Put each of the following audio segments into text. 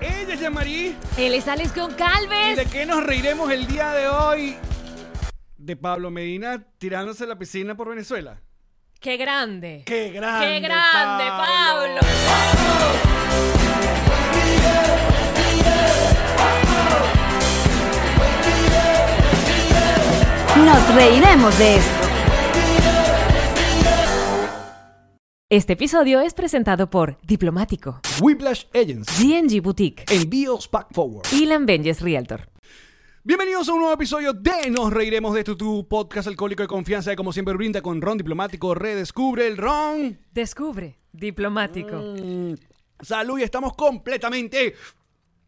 Ella es Yamari. Él es Alex con ¿Y de Calves. qué nos reiremos el día de hoy? De Pablo Medina tirándose a la piscina por Venezuela. ¡Qué grande! ¡Qué grande! ¡Qué grande, Pablo! Nos reiremos de esto. Este episodio es presentado por Diplomático, Whiplash Agents. GNG Boutique Envíos Pack Forward. y Lambenges Realtor. Bienvenidos a un nuevo episodio de Nos Reiremos de esto, tu podcast alcohólico de confianza que como siempre brinda con Ron Diplomático. Redescubre el Ron. Descubre Mm, Diplomático. Salud y estamos completamente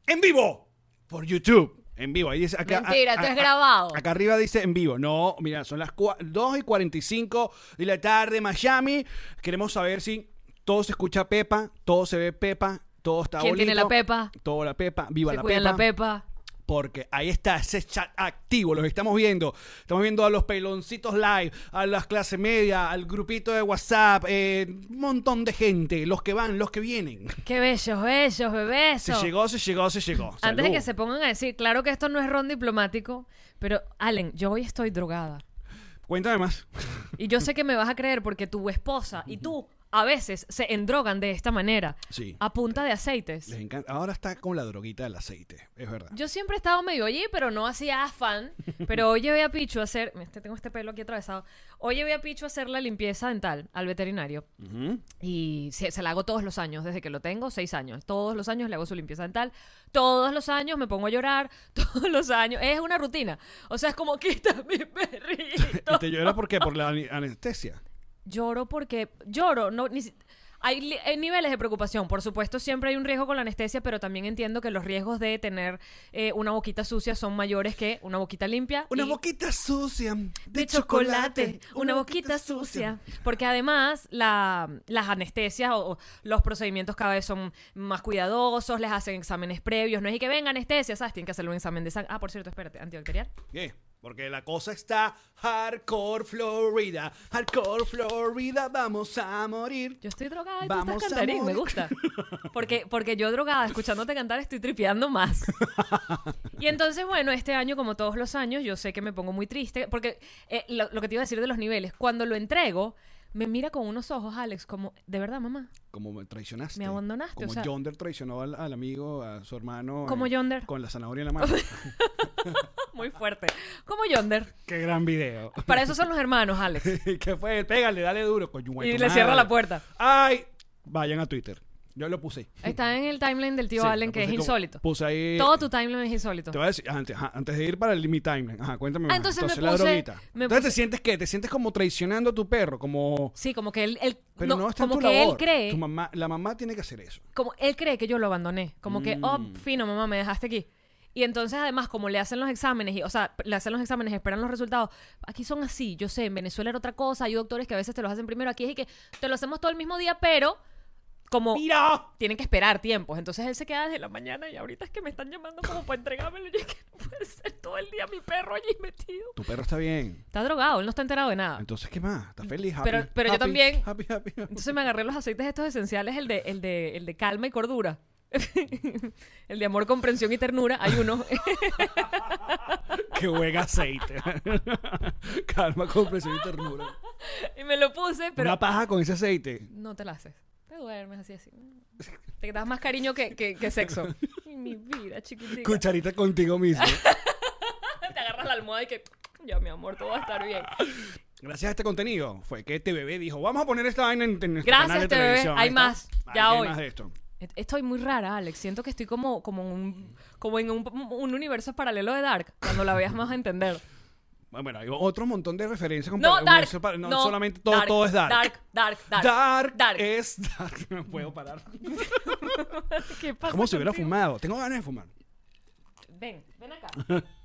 en vivo por YouTube. En vivo, ahí dice acá. Mentira, a- a- esto es a- grabado. Acá arriba dice en vivo. No, mira, son las cua- 2 y 45 de la tarde, Miami. Queremos saber si todo se escucha Pepa, todo se ve Pepa, todo está ¿Quién tiene bonito, la Pepa? Todo la Pepa, viva Se la cuidan Pepa. la Pepa. Porque ahí está ese chat activo, los estamos viendo. Estamos viendo a los peloncitos live, a las clases media, al grupito de WhatsApp, eh, un montón de gente, los que van, los que vienen. ¡Qué bellos, bellos, bebés! Se llegó, se llegó, se llegó. Antes de Salud. Ah, que se pongan a decir, claro que esto no es ron diplomático, pero Allen, yo hoy estoy drogada. Cuéntame más. Y yo sé que me vas a creer porque tu esposa y tú a veces se endrogan de esta manera. Sí. A punta de aceites. Les encanta. Ahora está con la droguita del aceite, es verdad. Yo siempre he estado medio allí, pero no hacía afán. Pero hoy llevé a Pichu a hacer. Este, tengo este pelo aquí atravesado. Hoy llevé a Pichu a hacer la limpieza dental al veterinario. Mm. Y se, se la hago todos los años, desde que lo tengo, seis años. Todos los años le hago su limpieza dental. Todos los años me pongo a llorar. Todos los años. Es una rutina. O sea, es como quita mi perrito. ¿Y te llora por qué? Por la ani- anestesia. Lloro porque lloro, no ni si- hay, li- hay niveles de preocupación, por supuesto siempre hay un riesgo con la anestesia, pero también entiendo que los riesgos de tener eh, una boquita sucia son mayores que una boquita limpia. Una y- boquita sucia de, de chocolate. chocolate, una boquita sucia. Porque además la- las anestesias o, o los procedimientos cada vez son más cuidadosos, les hacen exámenes previos, no es y que venga anestesia, ¿sabes? Tienen que hacerle un examen de sangre. Ah, por cierto, espérate, antibacterial. ¿Qué? Porque la cosa está hardcore Florida. Hardcore Florida, vamos a morir. Yo estoy drogada y Vamos tú a estás cantarín, me morir. gusta. Porque, porque yo drogada, escuchándote cantar, estoy tripeando más. Y entonces, bueno, este año, como todos los años, yo sé que me pongo muy triste. Porque eh, lo, lo que te iba a decir de los niveles, cuando lo entrego, me mira con unos ojos, Alex, como, ¿de verdad, mamá? Como me traicionaste. Me abandonaste, Como o sea- Yonder traicionó al, al amigo, a su hermano. eh, Como Yonder. Con la zanahoria en la mano. Muy fuerte. Como Yonder. Qué gran video. Para eso son los hermanos, Alex. ¿Qué fue? Pégale, dale duro. coño, guay, Y tu le cierra madre. la puerta. Ay, vayan a Twitter. Yo lo puse. Está en el timeline del tío Sí, Allen, lo que es puse como- insólito. Puse ahí. Todo tu timeline es insólito. Te voy a decir, antes, ajá, antes de ir para el mi timeline, ajá, cuéntame Ah, más. entonces me la puse- droguita. me entonces te puse- sientes qué? Te sientes como traicionando a tu perro, como Sí, como que él, él- pero no, no, está en como tu que labor. él cree Tu mamá, la mamá tiene que hacer eso. como él cree que yo lo abandoné, como que, oh, fino, mamá, me dejaste aquí. Y entonces, además, como le hacen los exámenes, y, o sea, le hacen los exámenes, esperan los resultados, aquí son así, yo sé, en Venezuela era otra cosa, hay doctores que a veces te los hacen primero, aquí es y que te lo hacemos todo el mismo día, pero como Mira, tienen que esperar tiempos. Entonces él se queda desde la mañana y ahorita es que me están llamando como para entregármelo y es que no puede ser todo el día mi perro allí metido. tu perro está bien. Está drogado, él no está enterado de nada. Entonces, ¿qué más? ¿Estás feliz? Pero- Happy, pero yo happy, también- happy, happy, happy. Entonces me agarré los aceites estos esenciales, el de, el de, el de calma y cordura. el de amor, comprensión y ternura. Hay uno. Qué buen aceite. Calma, comprensión y ternura. y me lo puse, pero Una paja con ese aceite. no te la haces. Te duermes así, así. Te das más cariño que, que, que sexo. Ay, Mi vida, chiquitita. Cucharita contigo mismo. Te agarras la almohada y que... Ya, mi amor, todo va a estar bien. Gracias a este contenido fue que este bebé dijo, vamos a poner esta vaina en, en nuestro Gracias, canal de TVB. televisión. Hay Ahí está. más. Ahí Ya hay hoy. más de esto. Est- E-, Estoy muy rara, Alex. Siento que estoy como, como, un, como en un, un universo paralelo de Dark. Cuando la veas más a entender. Bueno, hay otro montón de referencias. con No, para- Dark. eso para- no, no, solamente todo, todo es dark. Dark, dark, dark. Dark, Dark. es dark. No puedo parar. ¿Qué pasa ¿Cómo se hubiera contigo? fumado? Tengo ganas de fumar. Ven, ven acá.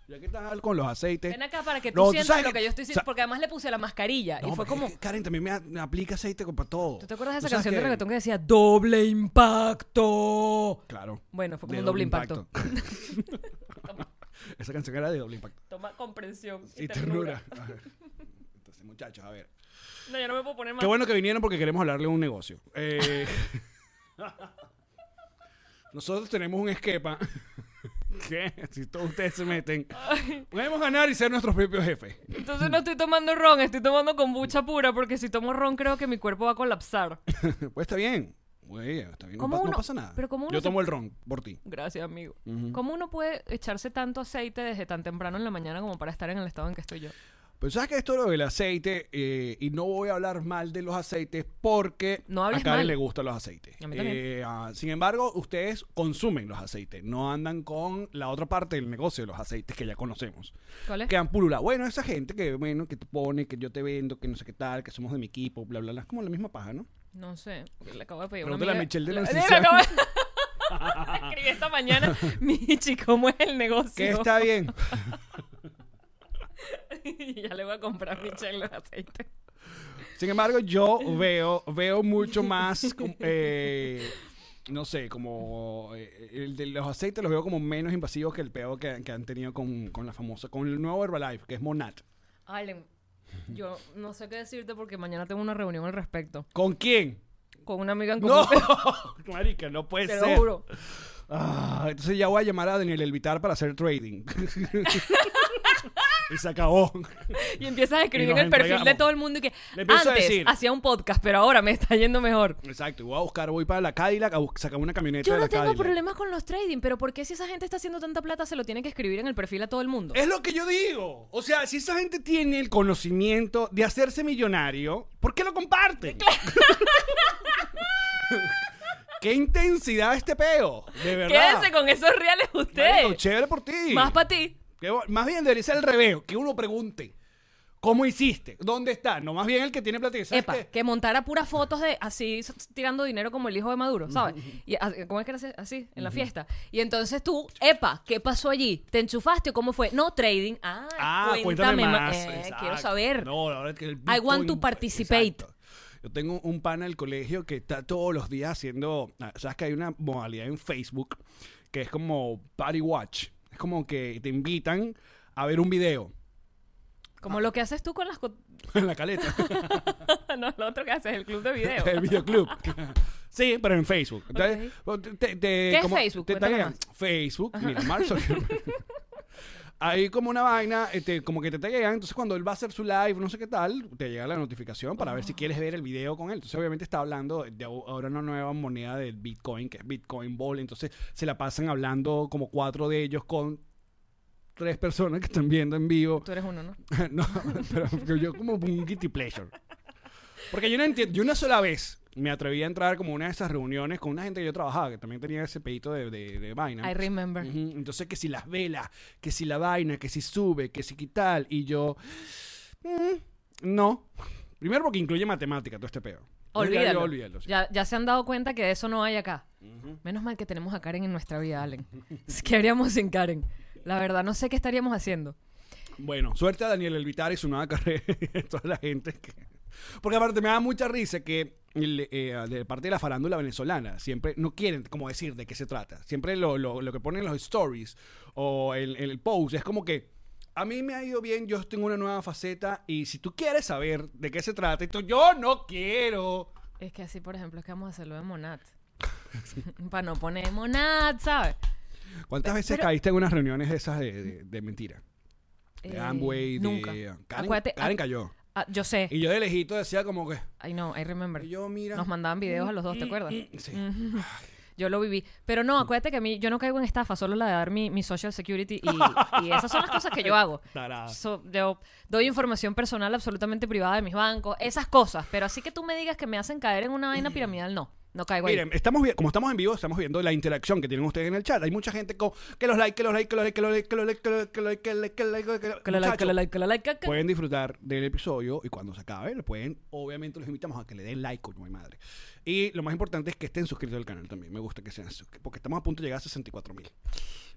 Ya que estás con los aceites. Ven acá para que Eh, No, tú tú sientas sabes lo que- que yo estoy o sea- diciendo. Porque además le puse la mascarilla. No, y fue porque como. es que Karen también me, me aplica aceite con- para todo. ¿Tú te acuerdas de esa sabes canción de que- reggaetón que decía doble impacto? Claro. Bueno, fue como De un doble impacto. esa canción era de doble impacto. Toma comprensión y, Y ternura. ternura. A ver. Entonces, muchachos, a ver. No, yo no me puedo poner más. Qué bueno que vinieron porque queremos hablarle de un negocio. Eh, Nosotros tenemos un esquema. que Si todos ustedes se meten, podemos ganar y ser nuestros propios jefes. Entonces no estoy tomando ron, estoy tomando kombucha pura porque si tomo ron creo que mi cuerpo va a colapsar. pues está bien. Güey, está bien. No, ¿Cómo pa- no uno- pasa nada. pero cómo uno Yo se- tomo el ron por ti. Gracias, amigo. Ujú. ¿Cómo uno puede echarse tanto aceite desde tan temprano en la mañana como para estar en el estado en que estoy yo? Pero Pues, sabes que esto lo del aceite, eh, y no voy a hablar mal de los aceites porque No a hables Karen mal. le gustan los aceites. A mí también. Eh, ah, sin embargo, ustedes consumen los aceites, no andan con la otra parte del negocio de los aceites que ya conocemos. ¿Cuál es? Que han pululado. Bueno, esa gente que, bueno, que te pone, que yo te vendo, que no sé qué tal, que somos de mi equipo, bla, bla, bla. Es como la misma paja, ¿no? No sé, le acabo de pedir una Pregúntale a amiga- Michelle de le- la le Incisión. acabo de- Escribí esta mañana, Michi, ¿cómo es el negocio? Que está bien. Y ya le voy a comprar a Michelle los aceites. Sin embargo, yo veo, veo mucho más, com- eh, no sé, como eh, el de los aceites los veo como menos invasivos que el peo que, que han tenido con, con la famosa, con el nuevo Herbalife, que es Monat. Allen, yo no sé qué decirte porque mañana tengo una reunión al respecto ¿Con quién? con una amiga en común. No, marica, no puede Te ser. lo juro. Ah, entonces ya voy a llamar a Daniel Elvitar para hacer trading. y se acabó. Y empiezas a Y escribir en nos el perfil de entregamos. todo el mundo y que Le empiezo a antes decir- hacía un podcast, pero ahora me está yendo mejor. Exacto, y voy a buscar, voy para la Cadillac a bus- sacar una camioneta Yo de la no tengo Cadillac. problemas con los trading, pero ¿por qué si esa gente está haciendo tanta plata se lo tiene que escribir en el perfil a todo el mundo? Es lo que yo digo. O sea, si esa gente tiene el conocimiento de hacerse millonario, ¿por qué lo comparten? ¡Qué intensidad este peo! De verdad. Quédense con esos reales Marico, ustedes. chévere por ti. Más para ti. Qué bo- más bien debería ser el reveo, que uno pregunte. ¿Cómo hiciste? ¿Dónde está? No, más bien el que tiene plata y dice, ¿sabes Epa, qué? que montara puras fotos de así s- tirando dinero como el hijo de Maduro, ¿sabes? Y, a- ¿Cómo es que era ese? así? En la fiesta. Y entonces tú, epa, ¿qué pasó allí? ¿Te enchufaste o cómo fue? No, trading. Ah, Ah, cuéntame, cuéntame, ma- más. eh, Exacto. quiero saber. No, la verdad es que el I want to Bitcoin- participate. Exacto. Yo tengo un pana del colegio que está todos los días haciendo. ah, Sabes que hay una modalidad en Facebook que es como Party Watch. Es como que te invitan a ver un video Como lo que haces tú con las... co- en la caleta, no, lo otro que haces, el club de video. el videoclub. Sí, pero en Facebook. Entonces, te- te- ¿Qué es como- Facebook? te Cuéntame taguean. Facebook, mira, Mark Zuckerberg. Hay como una vaina, este, como que te taguean. Entonces, cuando él va a hacer su live, no sé qué tal, te llega la notificación para Ah. ver si quieres ver el video con él. Entonces, obviamente, está hablando de au- ahora una nueva moneda del Bitcoin, que es Bitcoin Ball. Entonces, se la pasan hablando como cuatro de ellos con tres personas que están viendo en vivo. Tú eres uno, ¿no? no, pero porque yo como un guilty pleasure. Porque yo no entiendo, yo una sola vez me atreví a entrar como a una de esas reuniones con una gente que yo trabajaba, que también tenía ese pedito de, de, de vaina. I remember. Ujú, Entonces que si las velas, que si la vaina, que si sube, que si quital, y yo... mm, no. Primero porque incluye matemática, todo este pedo. Olvídalo. Ya, yo olvídalo, sí. ya, ya se han dado cuenta que de eso no hay acá. Menos mal que tenemos a Karen en nuestra vida, Allen. ¿Qué haríamos sin Karen? La verdad, no sé qué estaríamos haciendo. Bueno, suerte a Daniel Elvitar y su nueva carrera y a toda la gente. que- Porque aparte me da mucha risa que el, eh, de parte de la farándula venezolana siempre no quieren como decir de qué se trata. Siempre lo, lo- lo que ponen en los stories o el, el post es como que a mí me ha ido bien, yo tengo una nueva faceta y si tú quieres saber de qué se trata, esto yo no quiero. Es que así, por ejemplo, es que vamos a hacerlo de Monat. Para no poner Monat, ¿sabes? ¿Cuántas veces pero- caíste en unas reuniones de esas de, de- de mentira? De Eh, Amway, de- nunca. Karen, Acuérdate, Karen ah, cayó. ah, yo sé. Y yo de lejito decía como que... Ay, no, I remember. Yo, mira... Mm, Nos mandaban videos a los dos, ¿te acuerdas? Sí. Mm. Yo lo viví. Pero no, acuérdate que a mí, yo no caigo en estafa, solo la de dar mi, mi social security y, y esas son las cosas que yo hago. Tarada. So, yo doy información personal absolutamente privada de mis bancos, esas cosas. Pero así que tú me digas que me hacen caer en una vaina piramidal, no. No caigo ahí. Mm. Miren, estamos vi- como estamos en vivo, estamos viendo la interacción que tienen ustedes en el chat. Hay mucha gente con que los like, que los like, que los like, que los like, que los like, que los like, que los like, que los like, que los like, que los like, que Que la los like, que like. la Muchachos, like, que la like, que- que- Pueden disfrutar del episodio y cuando se acabe, le pueden, obviamente los invitamos a que le den like, coño mi madre. Y lo más importante es que estén suscritos al canal también. Me gusta que sean suscritos, porque estamos a punto de llegar a 64 mil.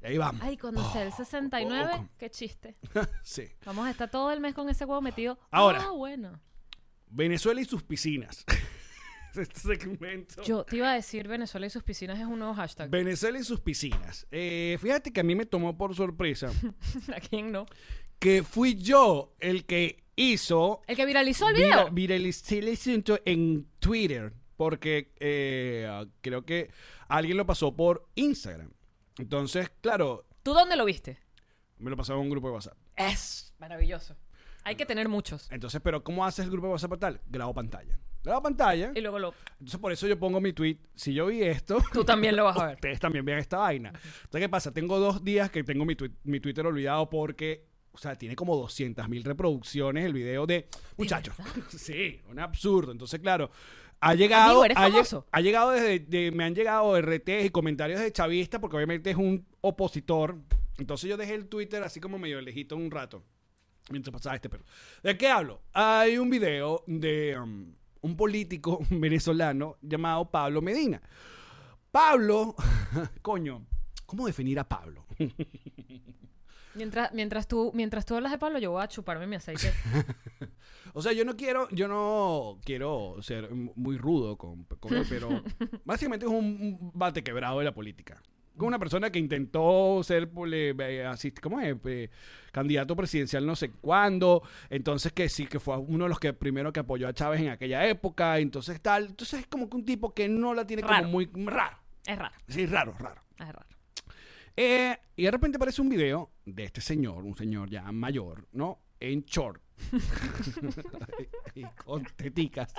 Ahí vamos. Ay, cuando sea el 69, qué chiste. sí. Vamos a estar todo el mes con ese huevo metido. Ahora. Ah, bueno. Venezuela y sus piscinas. este segmento. Yo te iba a decir Venezuela y sus piscinas es un nuevo hashtag. Venezuela y sus piscinas. Eh, fíjate que a mí me tomó por sorpresa ¿A quién no? que fui yo el que hizo El que viralizó el vira- video. viralización en Twitter porque eh, creo que alguien lo pasó por Instagram. Entonces, claro, ¿Tú dónde lo viste? me lo pasaba en un grupo de WhatsApp. Es maravilloso. Hay que tener muchos. Entonces, pero ¿cómo haces el grupo de WhatsApp para tal? Grabo pantalla. Grabo pantalla. Y luego lo, Entonces, por eso yo pongo mi tweet. Si yo vi esto, tú también lo vas a ver. ustedes también vean esta vaina. Entonces, ¿qué pasa? Tengo dos días que tengo mi, tweet- mi Twitter olvidado porque, o sea, tiene como 200 mil reproducciones el video de muchachos. sí, un absurdo. Entonces, claro, ha llegado. Amigo, eres ha, lle- famoso. ha llegado desde. de- me han llegado RT y comentarios de chavista porque obviamente es un opositor. Entonces, yo dejé el Twitter así como medio lejito un rato mientras pasaba este perro. ¿De qué hablo? Hay un video de um, un político venezolano llamado Pablo Medina. Pablo, coño, ¿cómo definir a Pablo? Mientras, mientras, tú, mientras tú hablas de Pablo, yo voy a chuparme mi aceite. O sea, yo no quiero, yo no quiero ser m- muy rudo con, con él, pero básicamente es un, un bate quebrado de la política. Con una persona que intentó ser pole- eh, asist- ¿cómo es? Eh, candidato presidencial no sé cuándo. Entonces que sí, que fue uno de los que primero que apoyó a Chávez en aquella época. Entonces tal. Entonces es como que un tipo que no la tiene Raro. como muy raro. Es raro, Sí, raro, raro. es raro. Eh, y de repente aparece un video de este señor, un señor ya mayor, ¿no? En short. y con teticas.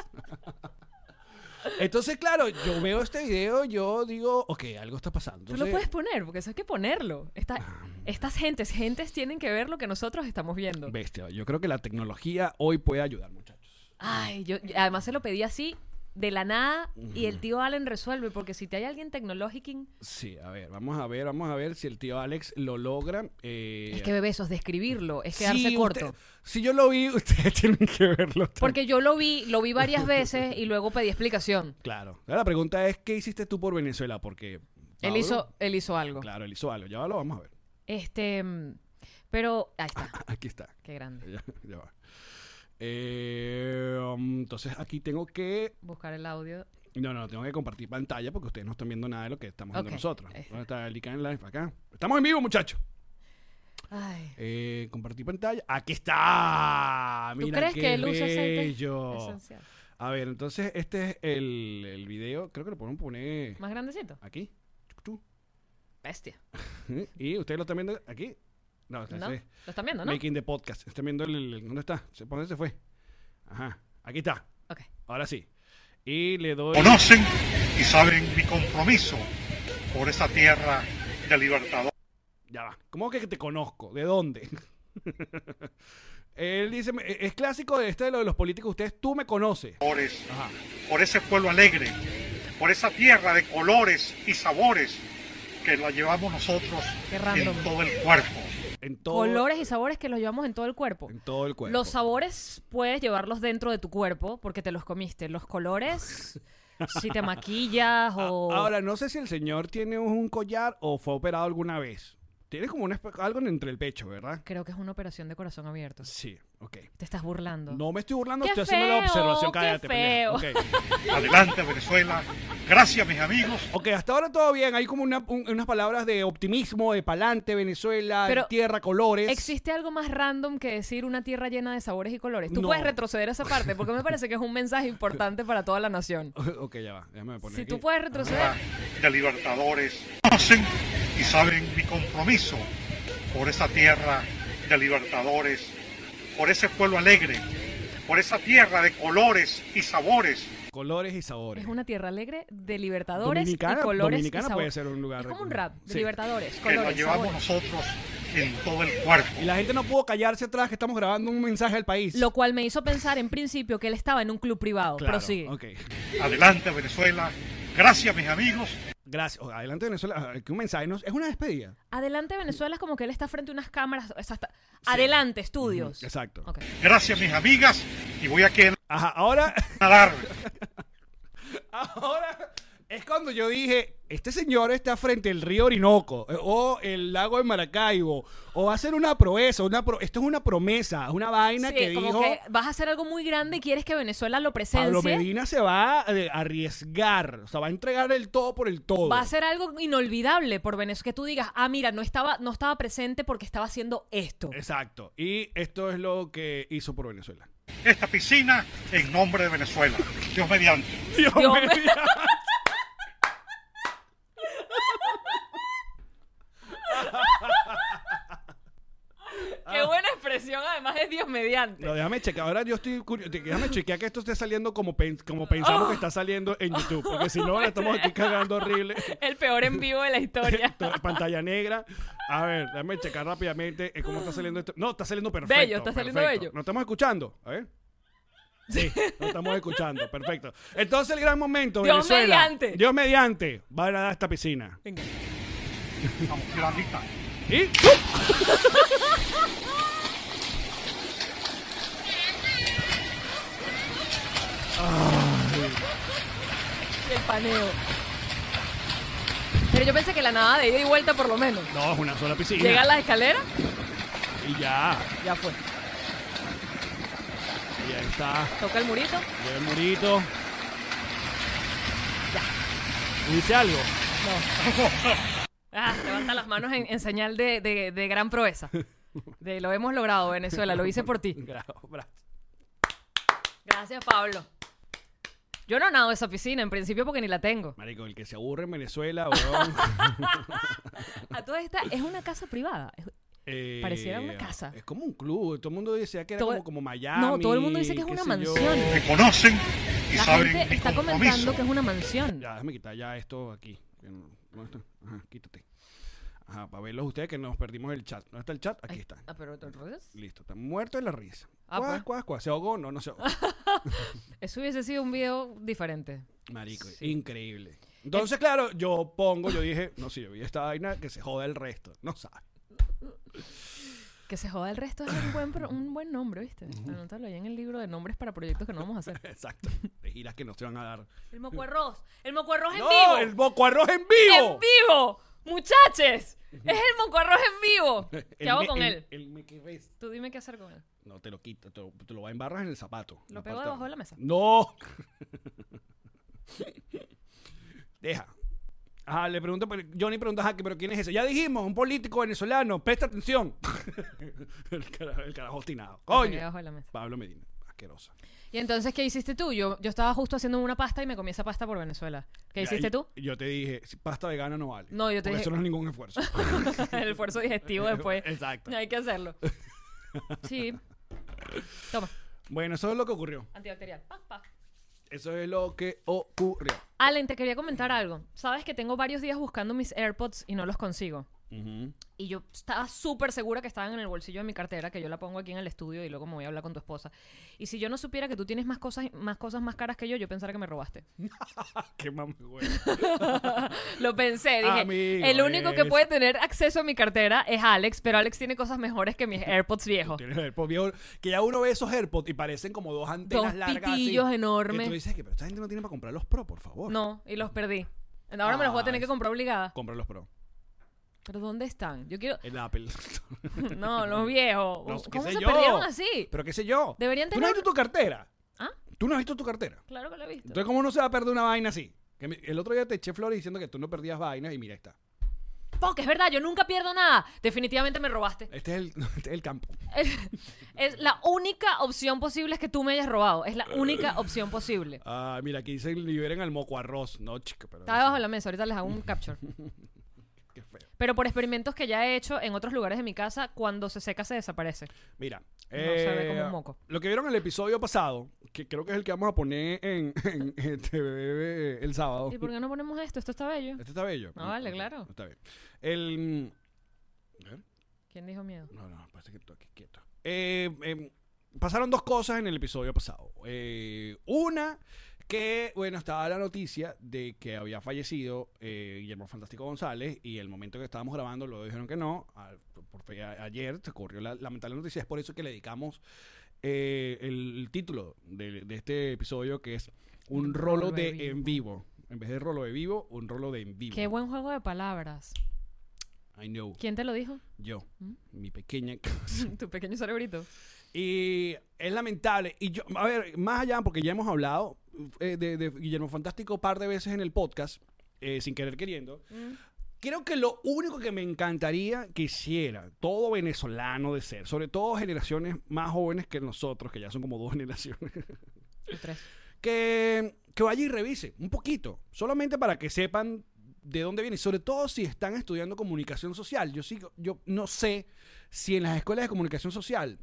Entonces, claro, yo veo este video, yo digo, ok, algo está pasando. Tú lo Entonces, puedes poner, porque eso hay que ponerlo. Esta- estas gentes, gentes tienen que ver lo que nosotros estamos viendo. Bestia, yo creo que la tecnología hoy puede ayudar, muchachos. Ay, yo, yo- además se lo pedí así, de la nada, y el tío Allen resuelve, porque si te hay alguien tecnológico, Sí, a ver, vamos a ver, vamos a ver si el tío Alex lo logra. eh, es que bebé, eso es describirlo, es si quedarse usted- corto. si yo lo vi, ustedes tienen que verlo. también. Porque yo lo vi, lo vi varias veces y luego pedí explicación. Claro. Ahora La pregunta es, ¿qué hiciste tú por Venezuela? Porque... Él Pablo- hizo, él hizo algo. Claro, él hizo algo. Ya lo vamos a ver. Este, mm, pero ahí está, Aquí está. qué grande. Ya, ya va. Eh, um, entonces aquí tengo que... Buscar el audio. No, no, tengo que compartir pantalla porque ustedes no están viendo nada de lo que estamos Ok, viendo nosotros. ahí está. ¿Dónde está el ICANN Live? Acá. Estamos en vivo, muchachos. Ay. Eh, compartir pantalla. Aquí está. ¿Tú Mira crees qué que él usa aceite bello. esencial? A ver, entonces este es el, el video. Creo que lo podemos poner Más grandecito. aquí. Chuc, chuc. Bestia. Y ustedes lo están viendo aquí. No, ¿No? entonces- Lo están viendo, ¿no? Making the podcast. Están viendo el, el- ¿Dónde está? ¿Se- ¿Por dónde se fue? Ajá. Aquí está. Ok. Ahora sí. Y le doy. conocen y saben mi compromiso por esa tierra de libertador. Ya va. ¿Cómo que te conozco? ¿De dónde? Él dice: "Me- Es clásico de este de lo de los políticos. Ustedes, tú me conoces. colores, Ajá. por ese pueblo alegre, por esa tierra de colores y sabores que la llevamos nosotros Qué random. en todo el cuerpo. En todo, Colores y sabores que los llevamos en todo el cuerpo. En todo el cuerpo. Los sabores puedes llevarlos dentro de tu cuerpo porque te los comiste. Los colores, si te maquillas o... Ahora, no sé si el señor tiene un collar o fue operado alguna vez. Tiene como un espe- algo entre el pecho, ¿verdad? Creo que es una operación de corazón abierto. Sí, ok. Te estás burlando. No me estoy burlando, Qué estoy haciendo la feo, observación. qué Cállate, pendeja. feo. Ok. Adelante Venezuela, gracias mis amigos. Ok, hasta ahora todo bien. Hay como una- un- unas palabras de optimismo, de palante, Venezuela, Pero, tierra, colores. ¿Existe algo más random que decir una tierra llena de sabores y colores? Tú No. puedes retroceder esa parte porque me parece que es un mensaje importante para toda la nación. ok, ya va. Déjame poner. Ah, Si aquí. tú puedes retroceder, de libertadores. Conocen y saben mi compromiso por esa tierra de libertadores, por ese pueblo alegre, por esa tierra de colores y sabores. Colores y sabores. es una tierra alegre de libertadores Dominicana- y colores y Dominicana sabores. puede ser un lugar Es como de- un rap de Sí. libertadores, que la colores, llevamos sabores. nosotros en todo el cuerpo. Y la gente no pudo callarse atrás que estamos grabando un mensaje al país. Lo cual me hizo pensar en principio que él estaba en un club privado. claro. Prosigue. Ok. Adelante Venezuela, gracias mis amigos. Gracias. Oh, Adelante, Venezuela. Aquí un mensaje. no- Es una despedida. Adelante Venezuela es como que él está frente a unas cámaras. o sea, está- Adelante, estudios. Ujú, exacto. Ok. Gracias mis amigas y voy a quedar Ajá, ahora. Ahora es cuando yo dije, este señor está frente al río Orinoco eh, o el lago de Maracaibo o va a ser una proeza, una pro- esto es una promesa, una vaina Sí, que como dijo que vas a hacer algo muy grande y quieres que Venezuela lo Pablo presencie. Medina se va a eh, arriesgar, o sea, va a entregar el todo por el todo. Va a ser algo inolvidable por Venezuela. Que tú digas, ah, mira, no estaba, no estaba presente porque estaba haciendo esto. Exacto. Y esto es lo que hizo por Venezuela. esta piscina en nombre de Venezuela. Dios mediante. Dios Dios mío. mío. Qué buena expresión, además es Dios mediante. Ah. No, déjame checar. Ahora yo estoy curioso. Déjame chequear que esto esté saliendo como, pen- como pensamos que está saliendo en YouTube. Porque si no, la estamos aquí cagando horrible. El peor en vivo de la historia. Todo- Pantalla negra. A ver, déjame checar rápidamente eh, cómo está saliendo esto. No, está saliendo perfecto. Bello, está saliendo perfecto. bello. ¿No estamos escuchando? A ver. Sí, lo estamos escuchando. Perfecto. Entonces, el gran momento, Dios Venezuela. mediante. Dios mediante. Va a nadar a esta piscina. Vamos, Yolandita. Y... El paneo. Pero yo pensé que la nada de ida y vuelta por lo menos. No, es una sola piscina. Llega a la escalera, Y ya. ya fue. Y ya está. Toca el murito. Llega el murito. ¿Dice algo? Ah, levanta las manos en, en señal de, de- de gran proeza. De lo hemos logrado, Venezuela, lo hice por ti. Bravo, bravo. Gracias, Pablo. Yo no nado esa piscina, en principio porque ni la tengo. Marico, el que se aburre en Venezuela, weón. A toda esta, es una casa privada. Es- Eh, Pareciera una casa. Es como un club. Todo el mundo decía que era Todo- como, como Miami. no, todo el mundo dice que es qué una sé yo. mansión. Me conocen y La saben gente mi está compromiso. comentando que es una mansión. Ya, déjame quitar ya esto aquí. Que no- ¿Dónde está? Ajá, quítate. Ajá, para verlos ustedes que nos perdimos el chat. ¿Dónde está el chat? Aquí Ay, está. Ah, pero otro- otro- Listo, está muerto de la risa. Ah, Cuá, pues. cuá, cuá. ¿Se ahogó? No, no se ahogó. Eso hubiese sido un video diferente. Marico, increíble. Entonces, claro, yo pongo, yo dije, no, si yo vi esta vaina, que se joda el resto. No sabe. Que se joda el resto es un buen, pro- un buen nombre, ¿viste? Anótalo ahí en el libro de nombres para proyectos que no vamos a hacer. Exacto. De giras que nos van a dar. El mocuarroz. El mocuarroz ¡No! ¡El Boco Arroz en vivo! Ah, ¡En vivo! ¡Muchaches! Es el mocuarroz en vivo. ¿Qué El hago me- con el- él? el me que ves. Tú dime qué hacer con él. No, te lo quito, te lo, te lo embarras en el zapato. Lo La pego parte debajo de la mesa. ¡No! Deja. Ajá, le pregunto, pero- Johnny pregunta, ajá, que, pero ¿quién es ese? Ya dijimos, un político venezolano, presta atención. el, carajo, el carajo obstinado. Lo pegué Coño. debajo de la mesa. Pablo Medina, asquerosa. Y entonces, ¿qué hiciste tú? Yo, yo estaba justo haciendo una pasta y me comí esa pasta por Venezuela. ¿Qué Ya, hiciste y- tú? Yo te dije, si pasta vegana no vale. No, yo te Porque dije- Pues, Eso no es ningún esfuerzo. el esfuerzo digestivo después. Exacto. Hay que hacerlo. Sí. Toma, bueno, eso es lo que ocurrió. antibacterial. Pa, pa. Eso es lo que ocurrió. Allen, te quería comentar algo. Sabes que tengo varios días buscando mis AirPods y no los consigo. Y yo estaba súper segura que estaban en el bolsillo de mi cartera, que yo la pongo aquí en el estudio y luego me voy a hablar con tu esposa. Y si yo no supiera que tú tienes más cosas más, cosas más caras que yo, yo pensara que me robaste. Ah, Qué mami, güey. Lo pensé, dije, Amigo, el único que es- puede tener acceso a mi cartera es Alex, pero Alex tiene cosas mejores que mis AirPods viejos. Tienes AirPods viejo, que ya uno ve esos AirPods y parecen como dos antenas Dos largas. así, pitillos enormes. Que tú dices que, pero esta gente no tiene para comprar los Pro, por favor. No, y los perdí. Ahora me los voy a tener Ay. que comprar obligada. Compra los Pro. ¿Pero dónde están? Yo quiero... El Apple. No, los viejos. No, qué ¿Cómo sé se yo. perdieron así? pero qué sé yo. Deberían ¿Tú no has tener- visto tu cartera? ¿Ah? ¿Tú no has visto tu cartera? Claro que lo he visto. Entonces, ¿cómo uno se va a perder una vaina así? Que me- el otro día te eché flores diciendo que tú no perdías vainas y mira, ahí está. Porque es verdad, yo nunca pierdo nada. Definitivamente me robaste. Este es el, este es el campo. Es la única opción posible es que tú me hayas robado. Es la única opción posible. Ah, mira, aquí dicen liberen al moco arroz. No, chico, pero. Está debajo de la mesa, ahorita les hago un capture. Qué feo. Pero por experimentos que ya he hecho en otros lugares de mi casa, cuando se seca se desaparece. Mira. se ve eh, como un moco. Lo que vieron en el episodio pasado, que creo que es el que vamos a poner en, en, en TV el sábado. ¿Y por qué no ponemos esto? Esto está bello. Este está bello. Ah, vale, Ok, claro. Está bien. El. mm, ¿Quién dijo miedo? No, no, parece que estoy aquí quieto. Eh, em, pasaron dos cosas en el episodio pasado. Eh, una, que, bueno, estaba la noticia de que había fallecido eh, Guillermo Fantástico González y el momento que estábamos grabando lo dijeron que no. Al- por fe- a- ayer se ocurrió la lamentable noticia. Es por eso que le dedicamos eh, el, título de, de este episodio, que es Un Un rolo rolo de de en vivo. En vez de rolo de vivo, un rolo de en vivo. Qué buen juego de palabras. I know. ¿Quién te lo dijo? Yo, ¿Mm? mi pequeña casa. tu pequeño cerebrito. Y es lamentable. Y yo, a ver, más allá, porque ya hemos hablado eh, de, de Guillermo Fantástico un par de veces en el podcast, eh, sin querer queriendo. Creo que lo único que me encantaría que hiciera todo venezolano de ser, sobre todo generaciones más jóvenes que nosotros, que ya son como dos generaciones, Y tres. que, que vaya y revise un poquito, solamente para que sepan de dónde viene, sobre todo si están estudiando comunicación social. Yo sí, yo no sé si en las escuelas de comunicación social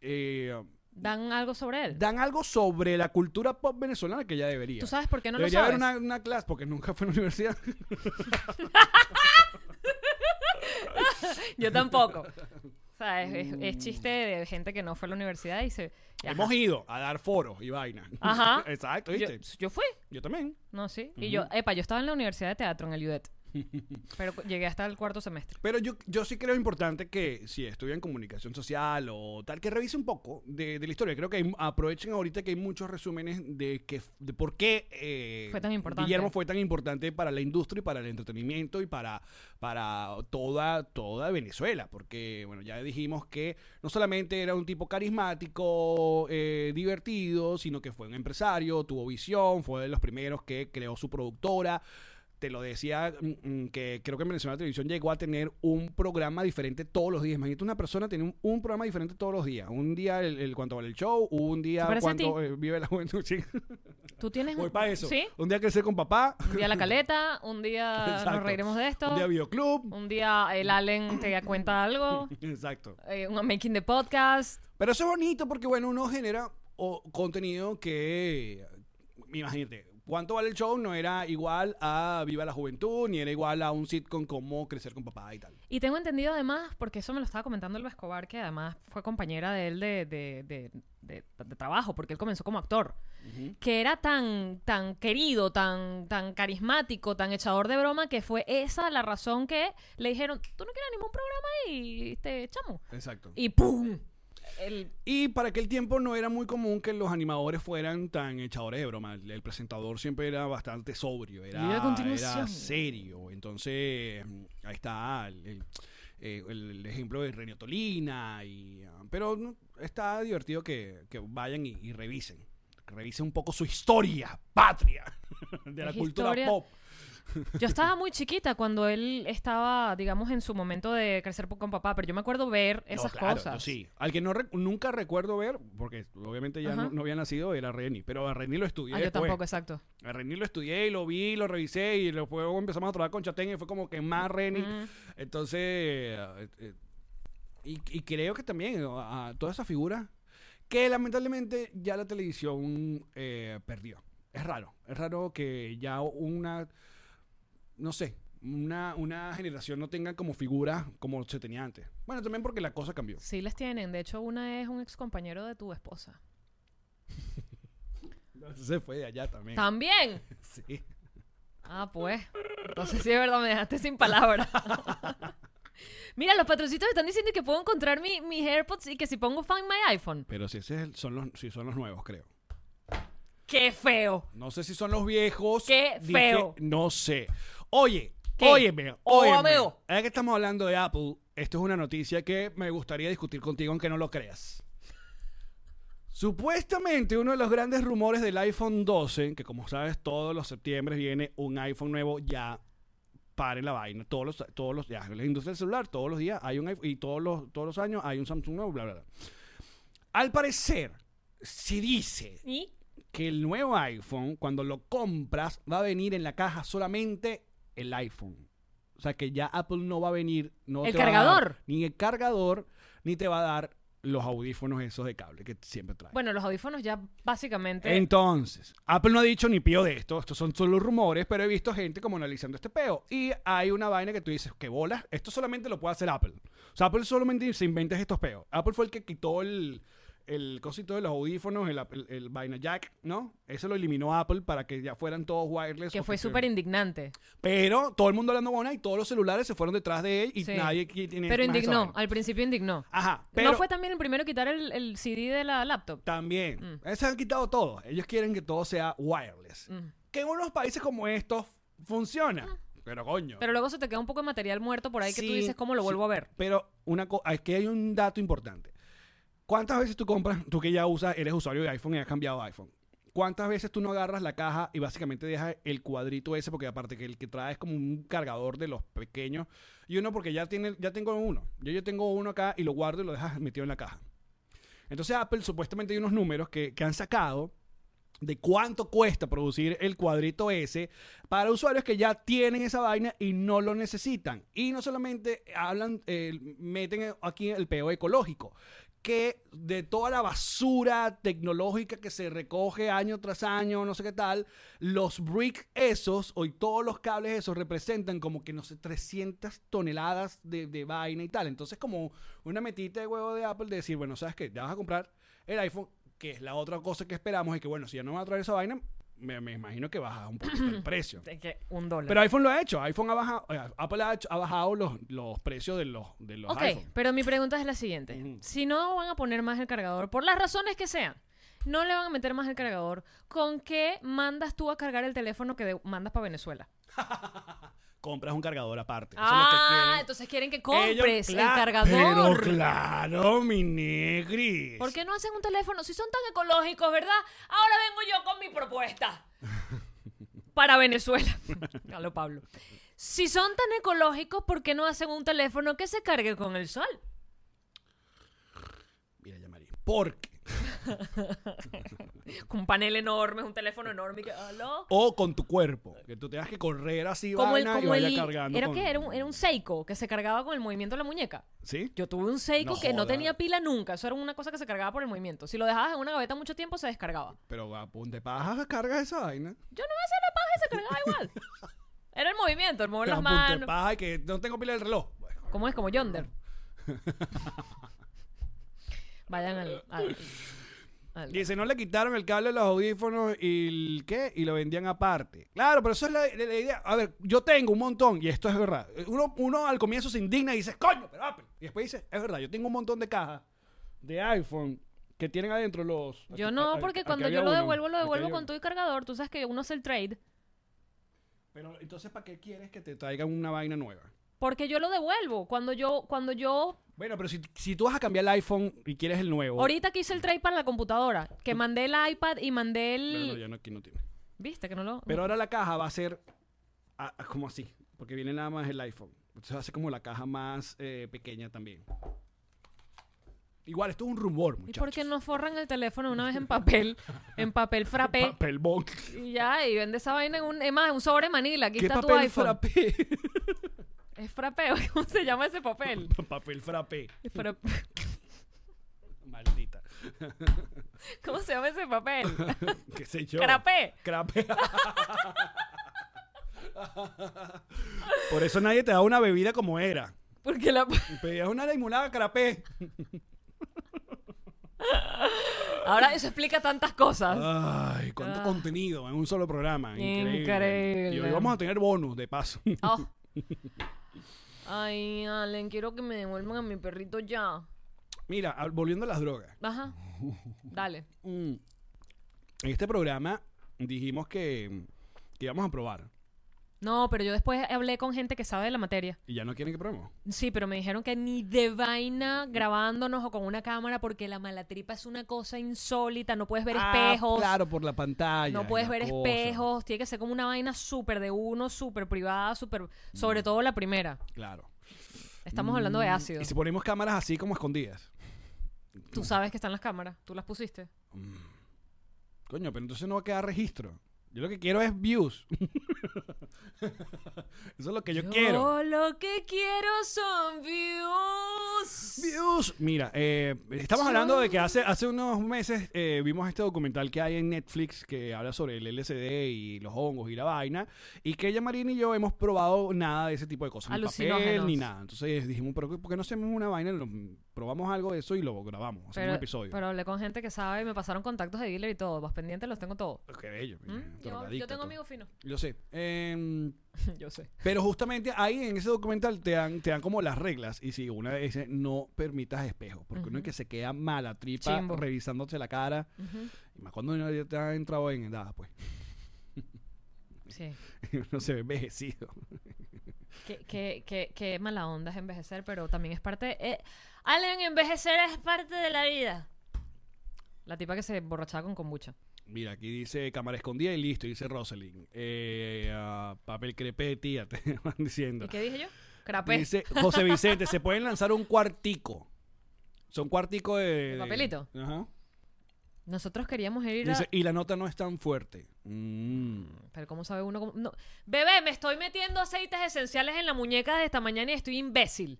eh, Dan algo sobre él. dan algo sobre la cultura pop venezolana que ya debería. ¿Tú sabes por qué no lo debería sabes? haber una, una clase, porque nunca fue a la universidad. Yo tampoco. O sea, es, es- es chiste de gente que no fue a la universidad y se... y ajá. Hemos ido a dar foros y vaina. Ajá. Exacto, Yo, ¿viste? Yo, yo fui. también. No, sí. Y yo, epa, yo estaba en la Universidad de Teatro, en el UDET. Pero cu- llegué hasta el cuarto semestre. Pero yo, yo sí creo importante que si estudian comunicación social o tal, que revise un poco de, de la historia. Creo que hay- aprovechen ahorita que hay muchos resúmenes de, que, de por qué eh, Fue tan importante. Guillermo fue tan importante para la industria y para el entretenimiento y para, para toda, toda Venezuela. Porque, bueno, ya dijimos que no solamente era un tipo carismático, eh, divertido, sino que fue un empresario, tuvo visión, fue de los primeros que creó su productora. Te lo decía mm, mm, que creo que en Venezuela la Televisión llegó a tener un programa diferente todos los días. Imagínate una persona tiene un, un programa diferente todos los días. Un día el, el cuánto vale el show, un día ¿Te parece a cuánto ti? eh, vive la juventud. Sí. ¿Tú tienes...? Voy para eso. ¿Sí? Un día crecer con papá. Un día La Caleta, un día Exacto. Ah, nos reiremos de esto. Un día videoclub. Un día el Allen te da cuenta algo. Exacto. eh, un making the podcast. Pero eso es bonito porque, bueno, uno genera o, contenido que. Imagínate, ¿cuánto vale el show? No era igual a Viva la Juventud, ni era igual a un sitcom como Crecer con Papá y tal. Y tengo entendido además, porque eso me lo estaba comentando Elba Escobar, que además fue compañera de él de, de- de- de- de trabajo, porque él comenzó como actor, que era tan, tan querido, tan, tan carismático, tan echador de broma, que fue esa la razón que le dijeron, tú no quieres ningún programa y te echamos. Exacto. Y ¡pum! El- Y para aquel tiempo no era muy común que los animadores fueran tan echadores de broma. El, el presentador siempre era bastante sobrio, Y a era, continuación. era serio. Entonces, mm, ahí está el, el- eh, el- el ejemplo de Renio Tolina. Y, ah, pero no, está divertido que, que vayan y, y revisen. Que Revisen un poco su historia patria de la Es cultura historia- pop. Yo estaba muy chiquita cuando él estaba, digamos, en su momento de crecer con papá, pero yo me acuerdo ver No, esas claro, cosas. no, sí. Al que no rec- nunca recuerdo ver, porque obviamente ya Ajá. no, no había nacido, era Reni. Pero a Reni lo estudié. Ah, yo después. tampoco, exacto. A Reni lo estudié y lo vi, lo revisé y luego empezamos a trabajar con Chatén y fue como que más Reni. Mm. Entonces, eh, eh, y, y creo que también a, a todas esas figuras que lamentablemente ya la televisión eh, perdió. Es raro, es raro que ya una, no sé, una, una generación no tenga como figuras como se tenía antes. Bueno, también porque la cosa cambió. Sí las tienen. De hecho, una es un ex compañero de tu esposa. Se fue de allá también. ¡También! Sí. Ah, pues. Entonces sí, es verdad, me dejaste sin palabras. Mira, los patroncitos están diciendo que puedo encontrar mi- mis AirPods y que si pongo Find My iPhone. Pero si ese es el- son los, si son los nuevos, creo. ¡Qué feo! No sé si son los viejos. ¡Qué feo! No sé. Oye, ¿Qué? óyeme, Oh, óyeme. amigo. Ahora que estamos hablando de Apple, esto es una noticia que me gustaría discutir contigo, aunque no lo creas. Supuestamente uno de los grandes rumores del iPhone 12, que como sabes todos los septiembre viene un iPhone nuevo ya paren la vaina. Todos los, todos los, ya, la industria del celular, todos los días hay un iPhone y todos los, todos los años hay un Samsung nuevo, bla, bla, bla. Al parecer, se dice ¿Y? que el nuevo iPhone, cuando lo compras, va a venir en la caja solamente el iPhone. O sea que ya Apple no va a venir. No ¿El te va a dar cargador? ni el cargador, ni te va a dar los audífonos esos de cable que siempre trae. Bueno, los audífonos ya básicamente... Entonces, Apple no ha dicho ni pío de esto, estos son solo rumores, pero he visto gente como analizando este peo. Y hay una vaina que tú dices, que bolas, esto solamente lo puede hacer Apple. O sea, Apple solamente se inventa estos peos. Apple fue el que quitó el, el cosito de los audífonos, el, Apple- el vaina jack, ¿no? Eso lo eliminó Apple para que ya fueran todos wireless. que fue oficial. súper indignante. Pero todo el mundo hablando buena y todos los celulares se fueron detrás de él y Sí. nadie tiene Pero más esa indignó, vaina. al principio indignó. Ajá, pero... ¿No fue también el primero quitar el, el CD de la laptop? También. Se han quitado todo. Ellos quieren que todo sea wireless. Que en unos países como estos funciona. Pero coño. Pero luego se te queda un poco de material muerto por ahí que tú Sí, dices, ¿cómo lo sí. vuelvo a ver? Pero una co- aquí hay un dato importante. ¿Cuántas veces tú compras, tú que ya usas, eres usuario de iPhone y has cambiado de iPhone? ¿Cuántas veces tú no agarras la caja y básicamente dejas el cuadrito ese? Porque aparte que el que trae es como un cargador de los pequeños. Y uno porque ya, tiene, ya tengo uno. Yo, yo tengo uno acá y lo guardo y lo dejas metido en la caja. Entonces Apple supuestamente hay unos números que, que han sacado de cuánto cuesta producir el cuadrito ese para usuarios que ya tienen esa vaina y no lo necesitan. Y no solamente hablan, eh, meten aquí el peo ecológico, que de toda la basura tecnológica que se recoge año tras año, no sé qué tal, los bricks esos, hoy todos los cables esos representan como que, no sé, 300 toneladas de, de vaina y tal. Entonces como una metita de huevo de Apple de decir, bueno, ¿sabes qué? Ya vas a comprar el iPhone que es la otra cosa que esperamos y que bueno, si ya no me va a traer esa vaina, me, me imagino que baja un poquito el precio. De que un dólar. Pero iPhone lo ha hecho, iPhone ha bajado, eh, Apple ha, hecho- ha bajado los, los precios de los, de los ok, iPhone. pero mi pregunta es la siguiente. Si no van a poner más el cargador, por las razones que sean, no le van a meter más el cargador, ¿con qué mandas tú a cargar el teléfono que de- mandas para Venezuela? Compras un cargador aparte. Eso es lo que ah, quieren. entonces quieren que Ellos, compres cla- el cargador. Pero claro, mi negris. ¿Por qué no hacen un teléfono? Si son tan ecológicos, ¿verdad? Ahora vengo yo con mi propuesta. Para Venezuela. Halo Pablo. Si son tan ecológicos, ¿por qué no hacen un teléfono que se cargue con el sol? Mira, ya, María. Porque. Con un panel enorme, un teléfono enorme. Que, ¿Aló? O con tu cuerpo. Que tú tengas que correr así Como el, vaina y como vaya el- cargando. ¿Era con- qué? Era un, era un Seiko que se cargaba con el movimiento de la muñeca. ¿Sí? Yo tuve un Seiko No que no jodas. tenía pila nunca. Eso era una cosa que se cargaba por el movimiento. Si lo dejabas en una gaveta mucho tiempo, se descargaba. Pero a punta de paja cargas esa vaina. Yo no me hacía la paja y se cargaba igual. Era el movimiento, el mover Pero las a punta de manos. paja y que no tengo pila del reloj. Bueno, ¿Cómo es? Como Yonder. Vayan al. al- al- Dice, no le quitaron el cable de los audífonos y el qué, y lo vendían aparte. Claro, pero eso es la, la- la idea. A ver, yo tengo un montón, y esto es verdad. Uno, uno al comienzo se indigna y dice, coño, pero Apple. Y después dice, es verdad, yo tengo un montón de cajas de iPhone que tienen adentro los... Yo aquí- no, aquí- porque aquí cuando había yo lo uno, devuelvo, lo aquí devuelvo había con uno. todo y cargador. Tú sabes que uno hace el trade. Pero entonces, ¿para qué quieres que te traigan una vaina nueva? Porque yo lo devuelvo. Cuando yo, cuando yo Bueno, pero si, si tú vas a cambiar el iPhone y quieres el nuevo... Ahorita que hice el trade para la computadora, que mandé el iPad y mandé Pero el... no, ya no, aquí no tiene. ¿Viste que no lo...? Pero ahora la caja va a ser ah, ah, como así, porque viene nada más el iPhone. Entonces hace como la caja más eh, pequeña también. Igual, esto es un rumor, ¿Y muchachos. por qué no forran el teléfono una vez en papel? en papel frappé. Papel bon. Y ya, y vende esa vaina en un... Es más, en un sobre manila. Aquí ¿Qué está tu papel iPhone. frappé? Es frappé. ¿Cómo se llama ese papel? papel frappé. Es fra- Maldita. ¿Cómo se llama ese papel? ¿Qué sé yo? Crapé. Crapé. Por eso nadie te da una bebida como era. Porque la... Pedías una limonada crapé. Ahora eso explica tantas cosas. Ay, cuánto Ah. contenido en un solo programa. Increíble. Increíble. Y hoy vamos a tener bonus, de paso. Oh. Ay, Allen, quiero que me devuelvan a mi perrito ya. Mira, al- volviendo a las drogas. Ajá. Dale. Mm. En este programa dijimos que, que íbamos a probar. No, pero yo después hablé con gente que sabe de la materia. Y ya no quieren que probemos. Sí, pero me dijeron que ni de vaina grabándonos o con una cámara porque la mala tripa es una cosa insólita, no puedes ver espejos. Ah, Claro, por la pantalla. No y puedes la ver cosa. espejos, tiene que ser como una vaina súper de uno, súper privada, súper... Mm. Sobre todo la primera. Claro. Estamos hablando de ácido. Mm. Y si ponemos cámaras así como escondidas. Tú sabes que están las cámaras, tú las pusiste. Coño, pero entonces no va a quedar registro. Yo lo que quiero es views. Eso es lo que yo, quiero. lo que quiero son views. Views. Mira, eh, estamos hablando de que hace, hace unos meses eh, vimos este documental que hay en Netflix que habla sobre el LSD y los hongos y la vaina. Y que ella, Marina y yo hemos probado nada de ese tipo de cosas. Ni papel Alucinógenos. ni nada. Entonces dijimos, pero ¿por qué no hacemos una vaina? Lo- probamos algo de eso y lo grabamos. Hacemos un Pero, episodio. pero hablé con gente que sabe y me pasaron contactos de dealer y todo. Vas pendientes, los tengo todos. Pues Qué bello. mira, ¿Mm? Yo, drogadicta, yo tengo todo. amigos finos. Yo sé. Em, yo sé. Pero justamente ahí en ese documental te dan, te dan como las reglas. Y si una vez dice, no permitas espejos, porque uno es que se queda mala tripa Chimbo. revisándose la cara. Y más cuando uno ya te ha entrado en edad, pues. Sí. uno se ve envejecido. Qué, qué- qué- qué mala onda es envejecer, pero también es parte. eh, Allen, envejecer es parte de la vida. La tipa que se borrachaba con kombucha. Mira, aquí dice cámara escondida y listo, dice Rosalind. Eh, ah, papel crepé, tía, te van diciendo. ¿Y qué dije yo? Crapé. Dice José Vicente, se pueden lanzar un cuartico. Son cuartico de... ¿De papelito? Ajá. Nosotros queríamos ir a... Dice, y la nota no es tan fuerte. Mm. Pero ¿cómo sabe uno cómo...? No. Bebé, me estoy metiendo aceites esenciales en la muñeca de esta mañana y estoy imbécil.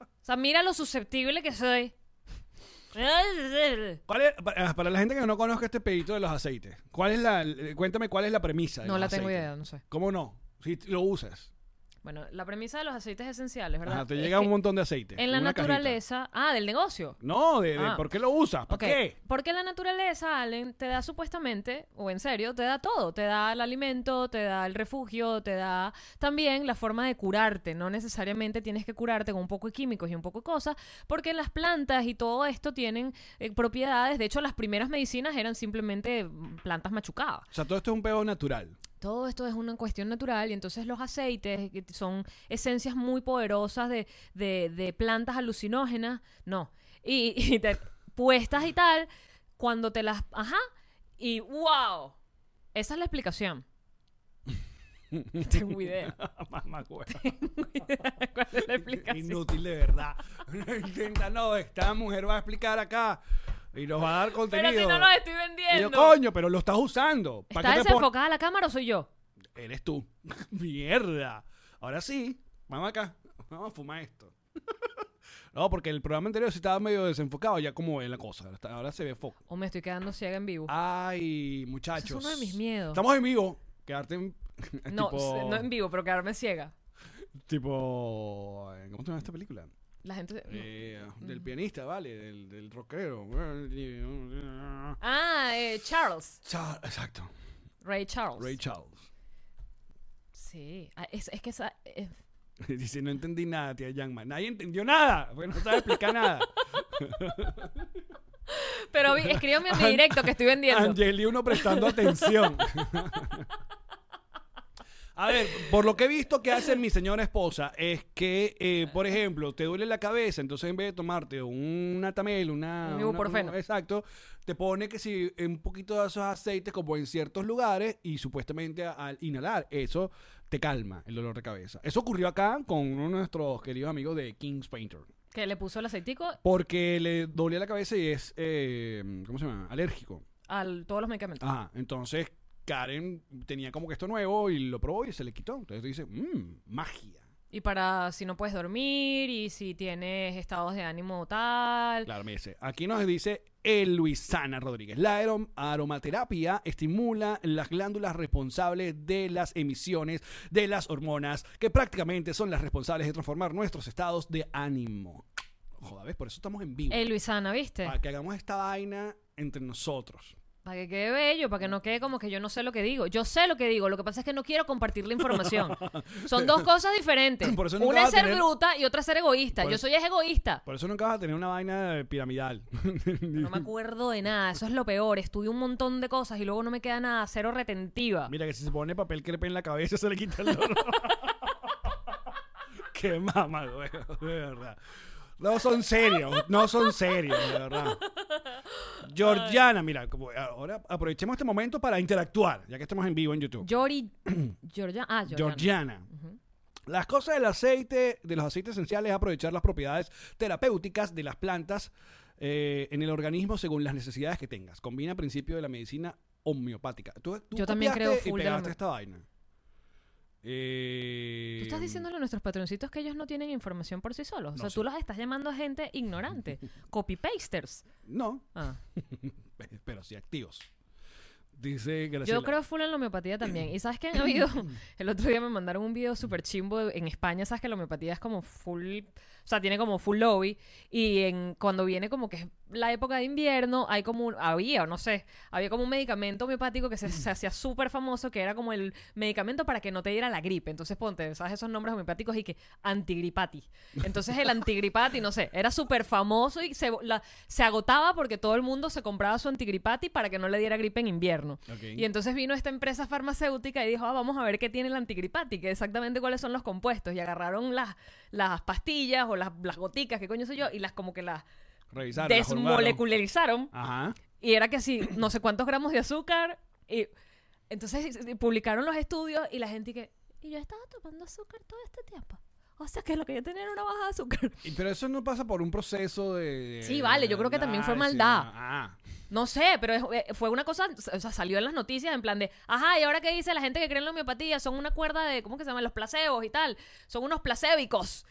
O sea, mira lo susceptible que soy. ¿Cuál es- ah, para, para la gente que no conozca este pedito de los aceites, ¿cuál es la, eh, cuéntame cuál es la premisa? de No los la tengo aceites? idea, no sé. ¿Cómo no? Si t- lo usas. Bueno, la premisa de los aceites esenciales, ¿verdad? Ajá, te Es llega que un montón de aceite. En la una cajita. naturaleza... Ah, del negocio. No, de, de Ah. por qué lo usas, ¿por Ok, qué? Porque la naturaleza, Allen, te da supuestamente, o en serio, te da todo. Te da el alimento, te da el refugio, te da también la forma de curarte. No necesariamente tienes que curarte con un poco de químicos y un poco de cosas, porque las plantas y todo esto tienen eh, propiedades. De hecho, las primeras medicinas eran simplemente mm, plantas machucadas. O sea, todo esto es un pedo natural. Todo esto es una cuestión natural y entonces los aceites que son esencias muy poderosas de, de- de plantas alucinógenas, no, y, y te- puestas y tal, cuando te las... Ajá, y wow. Esa es la explicación. No tengo idea. Mamá, güey. ¿Cuál es la explicación? Inútil de verdad. Intenta, no, esta mujer va a explicar acá y nos va a dar contenido. Pero si no los estoy Y yo, vendiendo. coño, pero lo estás usando. ¿Para ¿Está qué te pon- desenfocada la cámara o soy yo? Eres tú. Mierda. Ahora sí, vamos acá. Vamos a fumar esto. no, porque el programa anterior sí estaba medio desenfocado, ya como ve la cosa. Ahora está- Ahora se ve foco. ¿O me estoy quedando ciega en vivo? Ay, muchachos. uno de mis miedos. Ah, Estamos en vivo. Quedarte en. no, tipo, no en vivo, pero quedarme ciega. Tipo. eh, ¿Cómo se llama esta película? La gente... Eh, del pianista, vale, del, del rockero. Ah, eh, Charles. Char- Exacto. Ray Charles. Ray Charles. Sí, ah, es, es que esa... eh, Dice, no entendí nada, tía Youngman. Nadie entendió nada. Porque no sabe explicar nada. pero vi- escríbame en mi directo que estoy vendiendo. Angeli uno prestando atención. A ver, por lo que he visto que hace mi señora esposa es que, eh, por ejemplo, te duele la cabeza, entonces en vez de tomarte un Atamel, una... Un una- ibuprofeno. exacto, te pone que si un poquito de esos aceites como en ciertos lugares y supuestamente a- al inhalar, eso te calma el dolor de cabeza. Eso ocurrió acá con uno de nuestros queridos amigos de King's Painter. Que le puso el aceitico Porque le dolía la cabeza y es, eh, ¿cómo se llama? Alérgico. a todos los medicamentos. Ajá, entonces Karen tenía como que esto nuevo y lo probó y se le quitó. Entonces dice, mmm, magia. Y para si no puedes dormir y si tienes estados de ánimo tal. Claro, me dice. Aquí nos dice el Luisana Rodríguez. La arom- aromaterapia estimula las glándulas responsables de las emisiones de las hormonas, que prácticamente son las responsables de transformar nuestros estados de ánimo. Joder, ¿ves? Por eso estamos en vivo. Ey, Eh, Luisana, ¿viste? Para que hagamos esta vaina entre nosotros. Para que quede bello, para que no quede como que yo no sé lo que digo. Yo sé lo que digo, lo que pasa es que no quiero compartir la información. Son dos cosas diferentes. Por eso nunca Una vas es a ser tener- bruta y otra es ser egoísta. Por Yo eso- soy es egoísta. Por eso nunca vas a tener una vaina piramidal. No me acuerdo de nada, eso es lo peor. Estudio un montón de cosas y luego no me queda nada, cero retentiva. Mira, que si se pone papel crepe en la cabeza se le quita el dolor. Qué mama, güey, de verdad. No son serios, no son serios, de verdad. Georgiana, mira, como- ahora aprovechemos este momento para interactuar, ya que estamos en vivo en YouTube. Yori. Georgia. Ah, Georgiana. Georgiana. Las cosas del aceite, de los aceites esenciales, es aprovechar las propiedades terapéuticas de las plantas eh, en el organismo según las necesidades que tengas. Combina principio de la medicina homeopática. Tú, tú Yo también creo copiaste y full de la pegaste home- esta vaina. Eh, Tú estás diciéndole a nuestros patroncitos que ellos no tienen información por sí solos. O sea, sé. tú los estás llamando a gente ignorante. Copy-pasters. No, Ah. pero sí activos. Dice Graciela. Yo creo full en la homeopatía también. Y sabes que han habido. El otro día me mandaron un video súper chimbo de- en España. Sabes que la homeopatía es como full. O sea, tiene como full lobby. Y en, cuando viene como que es la época de invierno, hay como un. Había, o no sé. Había como un medicamento homeopático que se, se hacía súper famoso, que era como el medicamento para que no te diera la gripe. Entonces ponte, ¿sabes esos nombres homeopáticos? Y que antigripati. Entonces el antigripati, no sé. Era súper famoso y se, la- se agotaba porque todo el mundo se compraba su antigripati para que no le diera gripe en invierno. Ok. Y entonces vino esta empresa farmacéutica y dijo, ah, vamos a ver qué tiene el antigripati, que exactamente cuáles son los compuestos. Y agarraron las, las pastillas o las, las goticas, qué coño sé yo, y las como que las Revisar. la jorobaron. desmolecularizaron Ajá. Y era que así, no sé cuántos gramos de azúcar. Y entonces y- y publicaron los estudios y la gente que... Y yo estaba tomando azúcar todo este tiempo. O sea que lo que yo tenía era una baja de azúcar. Y- Pero eso no pasa por un proceso de... Sí, vale, yo creo que también fue Ay, sí, maldad. ah. No sé, pero es- eh, fue una cosa, o sea, salió en las noticias en plan de, ajá, y ahora qué dice la gente que cree en la homeopatía, son una cuerda de, ¿cómo que se llaman? Los placebos y tal, son unos placébicos.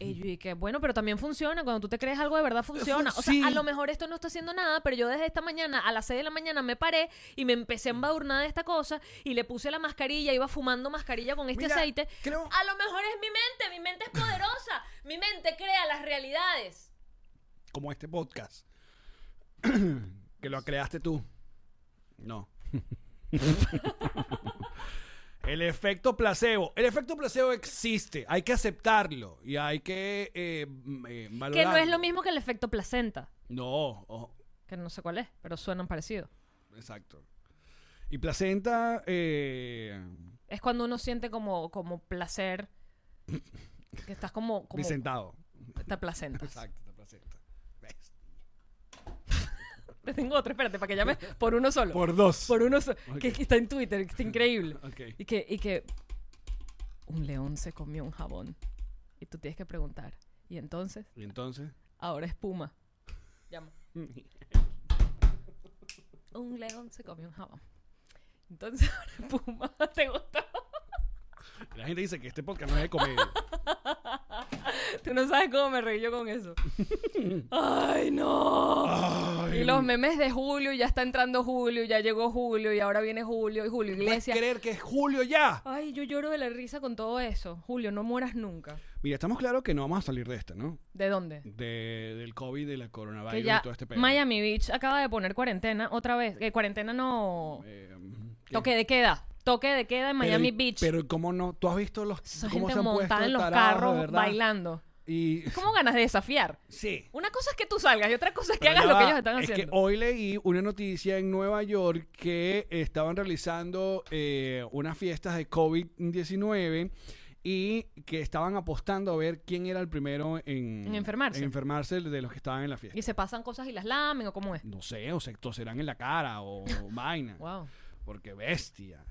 Y yo dije, bueno, pero también funciona, cuando tú te crees algo de verdad funciona. O sea, Sí. a lo mejor esto no está haciendo nada, pero yo desde esta mañana, a las 6 de la mañana, me paré y me empecé a embadurnar de esta cosa y le puse la mascarilla, iba fumando mascarilla con este Mira, aceite. creo- A lo mejor es mi mente, mi mente es poderosa, mi mente crea las realidades. como este podcast. que lo creaste tú. No. El efecto placebo. El efecto placebo existe. Hay que aceptarlo. Y hay que eh, m- eh, Que valorarlo. no es lo mismo que el efecto placenta. No, ojo, que no sé cuál es, pero suenan parecidos. exacto. Y placenta. eh, Es cuando uno siente como, como placer, que estás como... como Vicentado. Te placentas. Exacto, la placenta. ¿Ves? Te tengo otro, espérate, para que llames por uno solo. Por, Por dos. uno solo. Ok. Que, que está en Twitter, que está increíble. Ok. Y, que, y que un león se comió un jabón. Y tú tienes que preguntar. Y entonces, Y entonces. ahora es puma. Llama. un león se comió un jabón. Entonces, ahora es puma. ¿Te gustó? La gente dice que este podcast no es de comedia. Tú no sabes cómo me reí yo con eso. ¡Ay, no! Ay, Y los memes de Julio, y ya está entrando Julio, ya llegó Julio, y ahora viene Julio, y Julio ¿Puedes Iglesias. creer que es julio ya? Ay, yo lloro de la risa con todo eso. Julio, no mueras nunca. Mira, estamos claros que no vamos a salir de esta, ¿no? ¿De dónde? De, del COVID, de la Que coronavirus ya y todo este pedo. Miami Beach acaba de poner cuarentena otra vez. Eh, cuarentena no... Eh, ¿qué? Toque de queda. Toque de queda en Pero, Miami ¿y- Beach. Pero cómo no, tú has visto los Esa cómo gente se han montada puesto en los tarados, de carros verdad? bailando. Y ¿Cómo ganas de desafiar? sí. Una cosa es que tú salgas y otra cosa es que Pero hagas ya lo que va, ellos están Es que haciendo. hoy leí una noticia en Nueva York que estaban realizando eh, unas fiestas de COVID-19 y que estaban apostando a ver quién era el primero en, En enfermarse. en enfermarse de los que estaban en la fiesta. Y se pasan cosas y las lamen o cómo es. No sé, o se toserán en la cara o vaina. Wow. Porque bestia.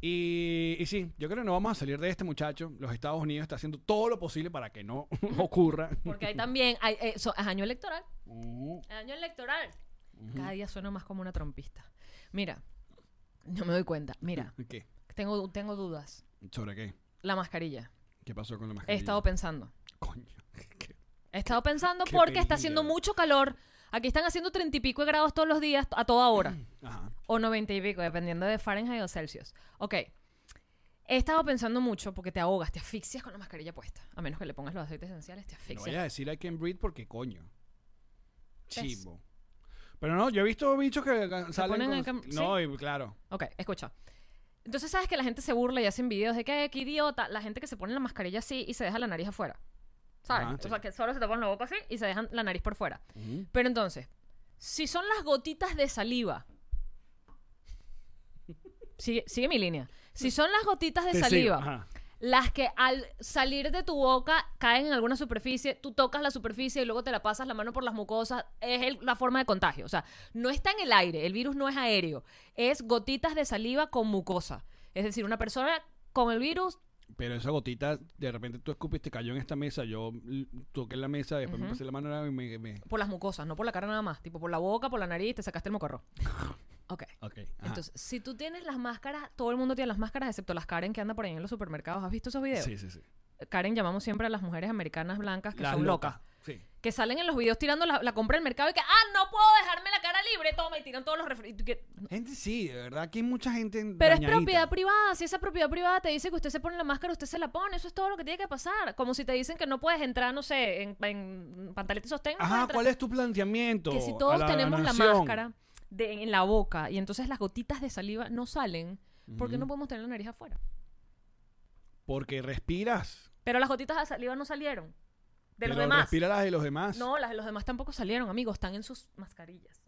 Y, y sí, yo creo que no vamos a salir de este muchacho. Los Estados Unidos está haciendo todo lo posible para que no ocurra. Porque hay también, hay, eh, so- es año electoral, Uh, es año electoral. Cada día suena más como una trompista. Mira, no me doy cuenta. Mira, ¿Qué? tengo, tengo dudas. ¿Sobre qué? La mascarilla. ¿Qué pasó con la He mascarilla? estado pensando. Coño. ¿qué? He estado pensando Qué porque está peligro. haciendo mucho calor. Aquí están haciendo treinta y pico de grados todos los días, a toda hora. Ajá. O noventa y pico, dependiendo de Fahrenheit o Celsius. Ok. He estado pensando mucho porque te ahogas, te asfixias con la mascarilla puesta. A menos que le pongas los aceites esenciales, te No asfixias. voy a decir I can breathe porque coño. Chivo. Pero no, yo he visto bichos que ga- salen ponen con... I can- No, y claro. Ok, escucha. Entonces sabes que la gente se burla y hacen videos de que qué idiota, la gente que se pone la mascarilla así y se deja la nariz afuera. ¿Sabes? Ajá, o sí. sea, que solo se tapan la boca así y se dejan la nariz por fuera. Ujú. Pero entonces, si son las gotitas de saliva. Sigue, sigue mi línea. Si son las gotitas de Te sigo, saliva ajá. las que al salir de tu boca caen en alguna superficie, tú tocas la superficie y luego te la pasas la mano por las mucosas, es el- la forma de contagio. O sea, no está en el aire, el virus no es aéreo, es gotitas de saliva con mucosa. Es decir, una persona con el virus, Pero esa gotita, de repente tú escupiste, cayó en esta mesa, yo l- toqué la mesa, después me pasé la mano y me... me... por las mucosas, no por la cara nada más, tipo por la boca, por la nariz, te sacaste el mocorro. Ok. Ok. ajá. Entonces, si tú tienes las máscaras, todo el mundo tiene las máscaras, excepto las Karen que anda por ahí en los supermercados. ¿Has visto esos videos? Sí, sí, sí. Karen llamamos siempre a las mujeres americanas blancas que Las son locas. Sí. que salen en los videos tirando la, la compra del mercado y que, ah, no puedo dejarme la cara libre, toma, y tiran todos los refrescos. Gente, sí, de verdad que hay mucha gente. Pero es dañadita. propiedad privada, si esa propiedad privada te dice que usted se pone la máscara, usted se la pone, eso es todo lo que tiene que pasar. Como si te dicen que no puedes entrar, no sé, en, en pantaleta y sostén. no puedes Ajá, entrar. ¿cuál es tu planteamiento? Que si a todos tenemos la nación? máscara de- en la boca y entonces las gotitas de saliva no salen, porque no podemos tener la nariz afuera? Porque respiras. Pero las gotitas de saliva no salieron. De los pero demás. Respira las de los demás. No, las de los demás tampoco salieron, amigos, están en sus mascarillas.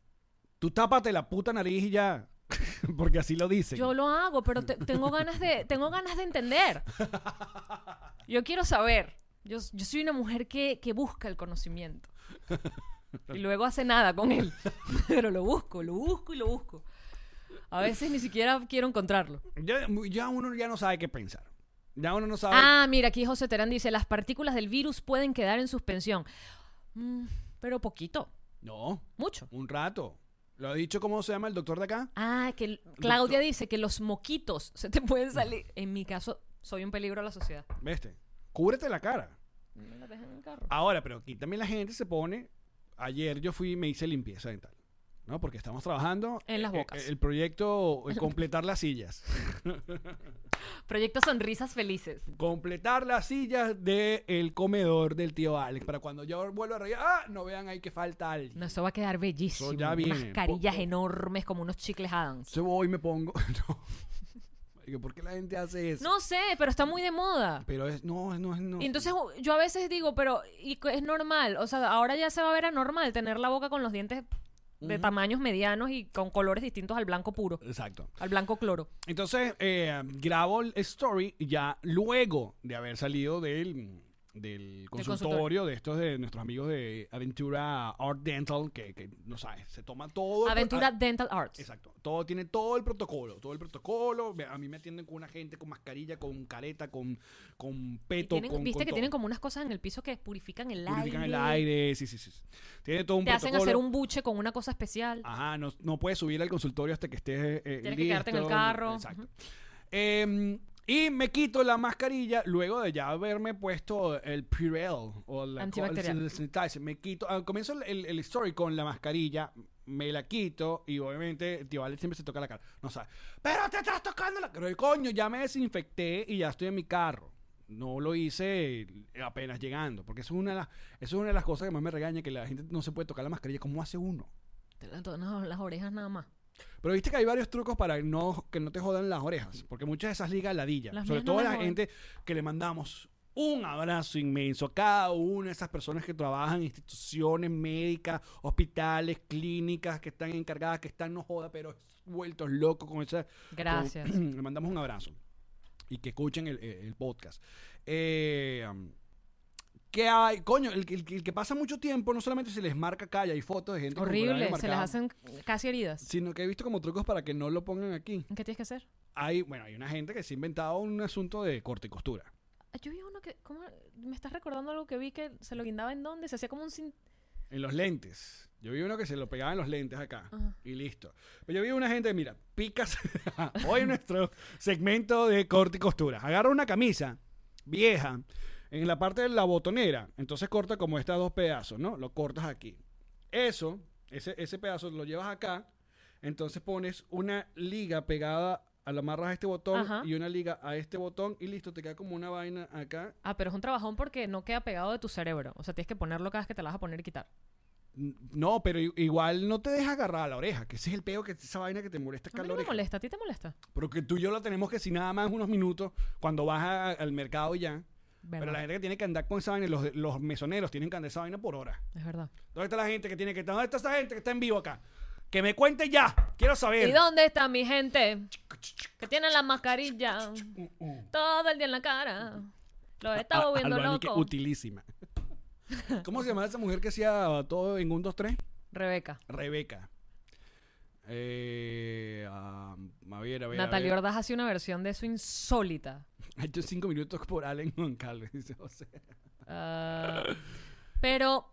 Tú tápate la puta nariz y ya. Porque así lo dicen. Yo lo hago, pero te- tengo ganas de tengo ganas de entender. Yo quiero saber. Yo, yo soy una mujer que, que busca el conocimiento. Y luego hace nada con él. Pero lo busco, lo busco y lo busco. A veces ni siquiera quiero encontrarlo. Ya, ya uno ya no sabe qué pensar. Ya uno no sabe. Ah, mira, aquí José Terán dice, las partículas del virus pueden quedar en suspensión. Mm, pero poquito, No, mucho. un rato. Lo ha dicho, ¿cómo se llama el doctor de acá? Ah, que l- Claudia dice que los moquitos se te pueden salir. En mi caso, soy un peligro a la sociedad. Veste. este. Cúbrete la cara. No la dejan en el carro. Ahora, pero aquí también la gente se pone. Ayer yo fui y me hice limpieza dental. ¿No? Porque estamos trabajando. En las eh, eh, bocas. El, proyecto, eh, completar las sillas. Proyecto Sonrisas Felices. completar las sillas del comedor del tío Alex. Para cuando yo vuelva a reír, ¡ah! No vean ahí que falta alguien. No, eso va a quedar bellísimo. ya viene. Mascarillas Po- po- enormes como unos chicles Adams. Se voy y me pongo. no. Marico, ¿Por qué la gente hace eso? No sé, pero está muy de moda. Pero es. No, es- no, es- no. Y Entonces u- yo a veces digo, pero y cu- es normal, o sea, ahora ya se va a ver anormal tener la boca con los dientes de tamaños medianos y con colores distintos al blanco puro, Exacto. al blanco cloro. Entonces, eh, grabo el story ya luego de haber salido del, del consultorio consultorio. de estos de nuestros amigos de Aventura Art Dental, que, que, no sabes, se toma todo. el- Aventura ah, Dental Arts. Exacto. Todo tiene todo el protocolo, todo el protocolo. Ve- A mí me atienden con una gente con mascarilla, con careta, con, con Y peto, tienen- con Viste con que todo. tienen como unas cosas en el piso que purifican el Purifican aire. el aire, sí, sí, sí. sí. Tiene todo un Te hacen protocolo. Ah. hacer un buche con una cosa especial. Ajá, no, no puedes subir al consultorio hasta que estés. eh, eh, Tienes que quedarte en el listo. carro. Exacto. Em, y me quito la mascarilla luego de ya haberme puesto el Purell o la co- el san- Antibacterial. sanitizer. Me quito, ah, comienzo el, el- el story con la mascarilla, me la quito y obviamente el tío Alex siempre se toca la cara. No sabe, pero te estás tocando la cara. Coño, ya me desinfecté y ya estoy en mi carro. No lo hice apenas llegando, porque eso es una de las, eso es una de las cosas que más me regaña, que la gente no se puede tocar la mascarilla. ¿Cómo hace uno? Te la- to- no, las orejas nada más. Pero viste que hay varios trucos para no, que no te jodan las orejas. Porque muchas de esas ligas ladillas. Las Sobre mías no todo me la joden. gente que le mandamos un abrazo inmenso a cada una de esas personas que trabajan en instituciones médicas, hospitales, clínicas, que están encargadas, que están no joda, pero vueltos locos con esa. Gracias. con- le mandamos un abrazo. Y que escuchen el, el- el podcast. Eh. um, ¿Qué hay? Coño, el, que- el que- el que pasa mucho tiempo, no solamente se les marca calle, hay fotos de gente con Horrible, corona se las marcada, hacen casi heridas. Sino que he visto como trucos para que no lo pongan aquí ¿Qué tienes que hacer? hay, bueno, hay una gente que se ha inventado un asunto de corte y costura. Ah, Yo vi uno que. ¿cómo? ¿Me estás recordando algo que vi que se lo guindaba en dónde? Se hacía como un. cin- En los lentes. Yo vi uno que se lo pegaba en los lentes acá. Ajá. Y listo. Pero yo vi una gente, mira, picas. Hoy en nuestro segmento de corte y costura. Agarra una camisa vieja en la parte de la botonera. Entonces corta como estos dos pedazos, ¿no? Lo cortas aquí. Eso, ese, ese pedazo lo llevas acá. Entonces pones una liga pegada a la amarras a este botón Ajá. y una liga a este botón y listo, te queda como una vaina acá Ah, pero es un trabajón porque no queda pegado de tu cerebro. O sea, tienes que ponerlo cada vez que te la vas a poner y quitar. N- No, pero i- igual no te deja agarrar a la oreja, que ese es el peo que esa vaina que te molesta A mí calor. no me molesta, a ti te molesta. Porque tú y yo la tenemos que si nada más unos minutos cuando vas a- al mercado y ya. Pero Verdad, la gente que tiene que andar con esa vaina, los, los mesoneros tienen que andar esa vaina por hora. Es verdad. ¿Dónde está la gente que tiene que estar? ¿Dónde está esa gente que está en vivo acá? Que me cuente ya. Quiero saber. ¿Y dónde está mi gente? Que tienen la mascarilla todo el día en la cara. Los A- estaba volviendo Albani, que loco. utilísima. ¿Cómo se llamaba esa mujer que hacía todo en un, dos, tres? Rebeca. Rebeca. Eh, ah, a ver, a ver. a Natalia ver. Ordaz hace una versión de eso insólita. Ha hecho cinco minutos por Allen Goncalves, dice José. Ah, pero,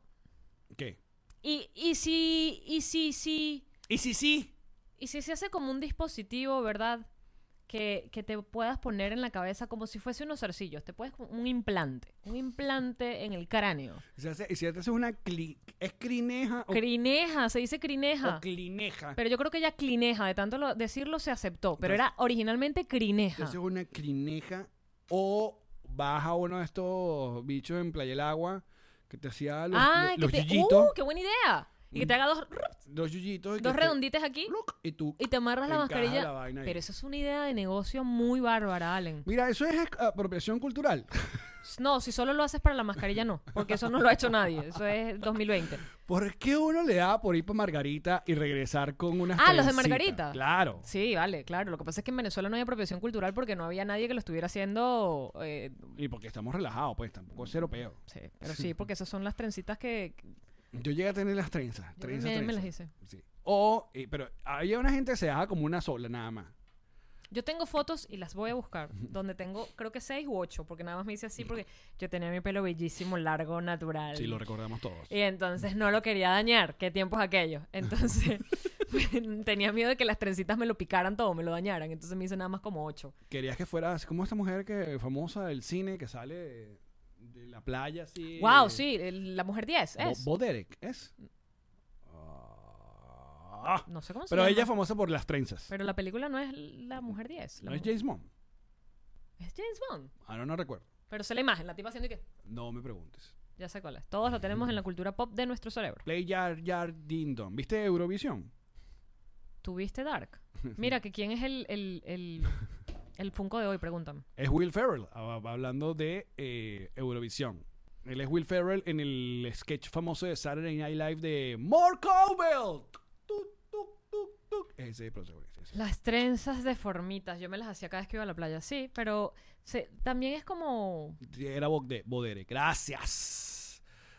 ¿Qué? y, y si, y si, si, Y si sí. y si se hace como un dispositivo, ¿verdad? Que, que te puedas poner en la cabeza como si fuese unos zarcillos. Te puedes un implante. Un implante en el cráneo. Y si hace- y si haces una cli- es crineja o, Crineja, se dice o crineja. clineja. Pero yo creo que ya clineja, de tanto lo- decirlo se aceptó. Pero era originalmente Te crineja. haces una crineja o baja uno de estos bichos en Playa del Agua que te hacía los, ¡Ay, los, que te. yuyitos. ¡Uh, qué buena idea! Y que te haga dos, Dos yuyitos. y dos que te- redonditas aquí ¡pluc! Y tú. y te amarras la encajas mascarilla. la vaina ahí. Pero eso es una idea de negocio muy bárbara, Allen. Mira, eso es apropiación cultural. No, si solo lo haces para la mascarilla, no. Porque eso no lo ha hecho nadie. Eso es 2020. ¿Por qué uno le da por ir para Margarita y regresar con unas Ah, los de trencitas? Margarita. Claro. Sí, vale, claro. Lo que pasa es que en Venezuela no hay apropiación cultural porque no había nadie que lo estuviera haciendo. eh, Y porque estamos relajados, pues tampoco es europeo. sí, pero sí, porque esas son las trencitas que. Yo llegué a tener las trenzas. trenzas, también me las trenzas. Sí. O, eh, pero había una gente que se daba como una sola nada más. Yo tengo fotos y las voy a buscar, donde tengo creo que seis u ocho, porque nada más me hice así porque yo tenía mi pelo bellísimo, largo, natural. Sí, lo recordamos todos. y entonces no lo quería dañar, qué tiempos aquellos. Entonces tenía miedo de que las trencitas me lo picaran todo, me lo dañaran. Entonces me hice nada más como ocho. Querías que fueras como esta mujer que famosa del cine que sale de, de la playa así. wow, sí, el- la mujer 10 Bo, es. Bo Derek, ¿es? Ah. no sé cómo se pero llama. ella es famosa por las trenzas. Pero la película no es la mujer 10. la ¿No es mujer- James Bond? es James Bond. Ahora no recuerdo. Pero sé la imagen, la tipa haciendo y que. No me preguntes. Ya sé cuál es. Todos lo tenemos en la cultura pop de nuestro cerebro. Play Yard Yard Dindon. ¿Viste Eurovisión? ¿Tuviste Dark? Mira, que quién es el, el, el, el Funko de hoy, pregúntame. Es Will Ferrell, ah, hablando de eh, Eurovisión. Él es Will Ferrell en el sketch famoso de Saturday Night Live de More Cowbell. Tuc, tuc, tuc, tuc. Ese protagonista. ese. Las trenzas deformitas, yo me las hacía cada vez que iba a la playa, sí, pero se- también es como... Era Bo- de Bodere. Gracias.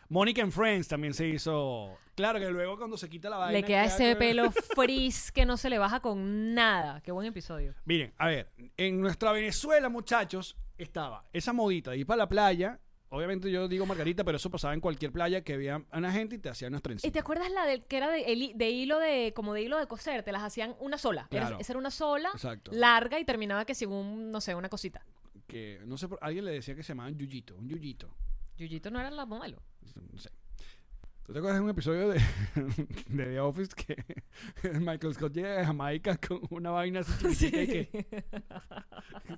Mónica and Friends también se hizo. Claro que luego cuando se quita la vaina. le queda ese que- pelo frizz que no se le baja con nada. Qué buen episodio. Miren, a ver, en nuestra Venezuela, muchachos, estaba esa modita de ir para la playa. Obviamente yo digo Margarita, pero eso pasaba en cualquier playa que había una gente y te hacían unas ¿Y te trencitas. acuerdas la del que era de, el hi- de hilo de como de hilo de coser? Te las hacían una sola. Era- Claro. esa era una sola, Exacto. larga y terminaba que según, no sé, una cosita. Que no sé, por- alguien le decía que se llamaban Yuyito, un Yuyito. Yuyito no era la modelo. No sé. ¿Tú te acuerdas de un episodio de, de The Office que Michael Scott llega de Jamaica con una vaina así chiquitica y que-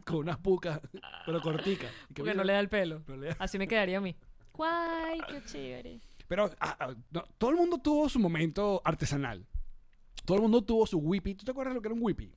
con unas pucas, pero cortica? Y que, Porque mira, no le da el pelo. no le da- Así me quedaría a mí. ¡Guay! ¡Qué chévere! Pero ah, ah, no, todo el mundo tuvo su momento artesanal. Todo el mundo tuvo su whippy. ¿Tú te acuerdas lo que era un whippy?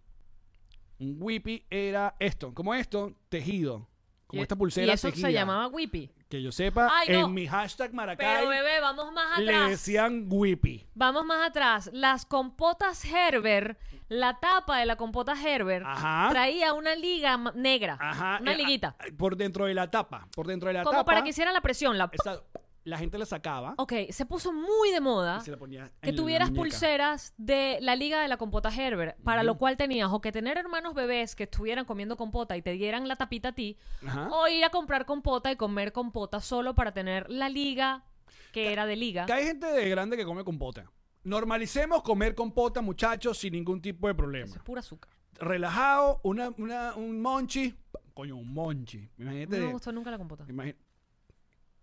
Un whippy era esto, como esto, tejido. Como Y- esta pulsera Y eso tejida. se llamaba Whippy. Que yo sepa, Ay, no. en mi hashtag Maracay Pero bebé, vamos más le atrás. decían whippy. Vamos más atrás. Las compotas Herber, la tapa de la compota Herber, Ajá. traía una liga ma- negra. Ajá. una eh, liguita. ah, Por dentro de la tapa. Por dentro de la como tapa. para que hiciera la presión. La... esa- la gente la sacaba Ok, se puso muy de moda. y se la ponía en que la tuvieras muñeca. pulseras de la liga de la compota Herbert, para lo cual tenías o que tener hermanos bebés que estuvieran comiendo compota y te dieran la tapita a ti, Ajá. o ir a comprar compota y comer compota solo para tener la liga que era de liga. Que hay gente de grande que come compota. Normalicemos comer compota, muchachos, sin ningún tipo de Eso es problema. pura azúcar. Relajado, una, una- un monchi. Coño, un monchi. Imagínate. No me gustó nunca la compota. imagi-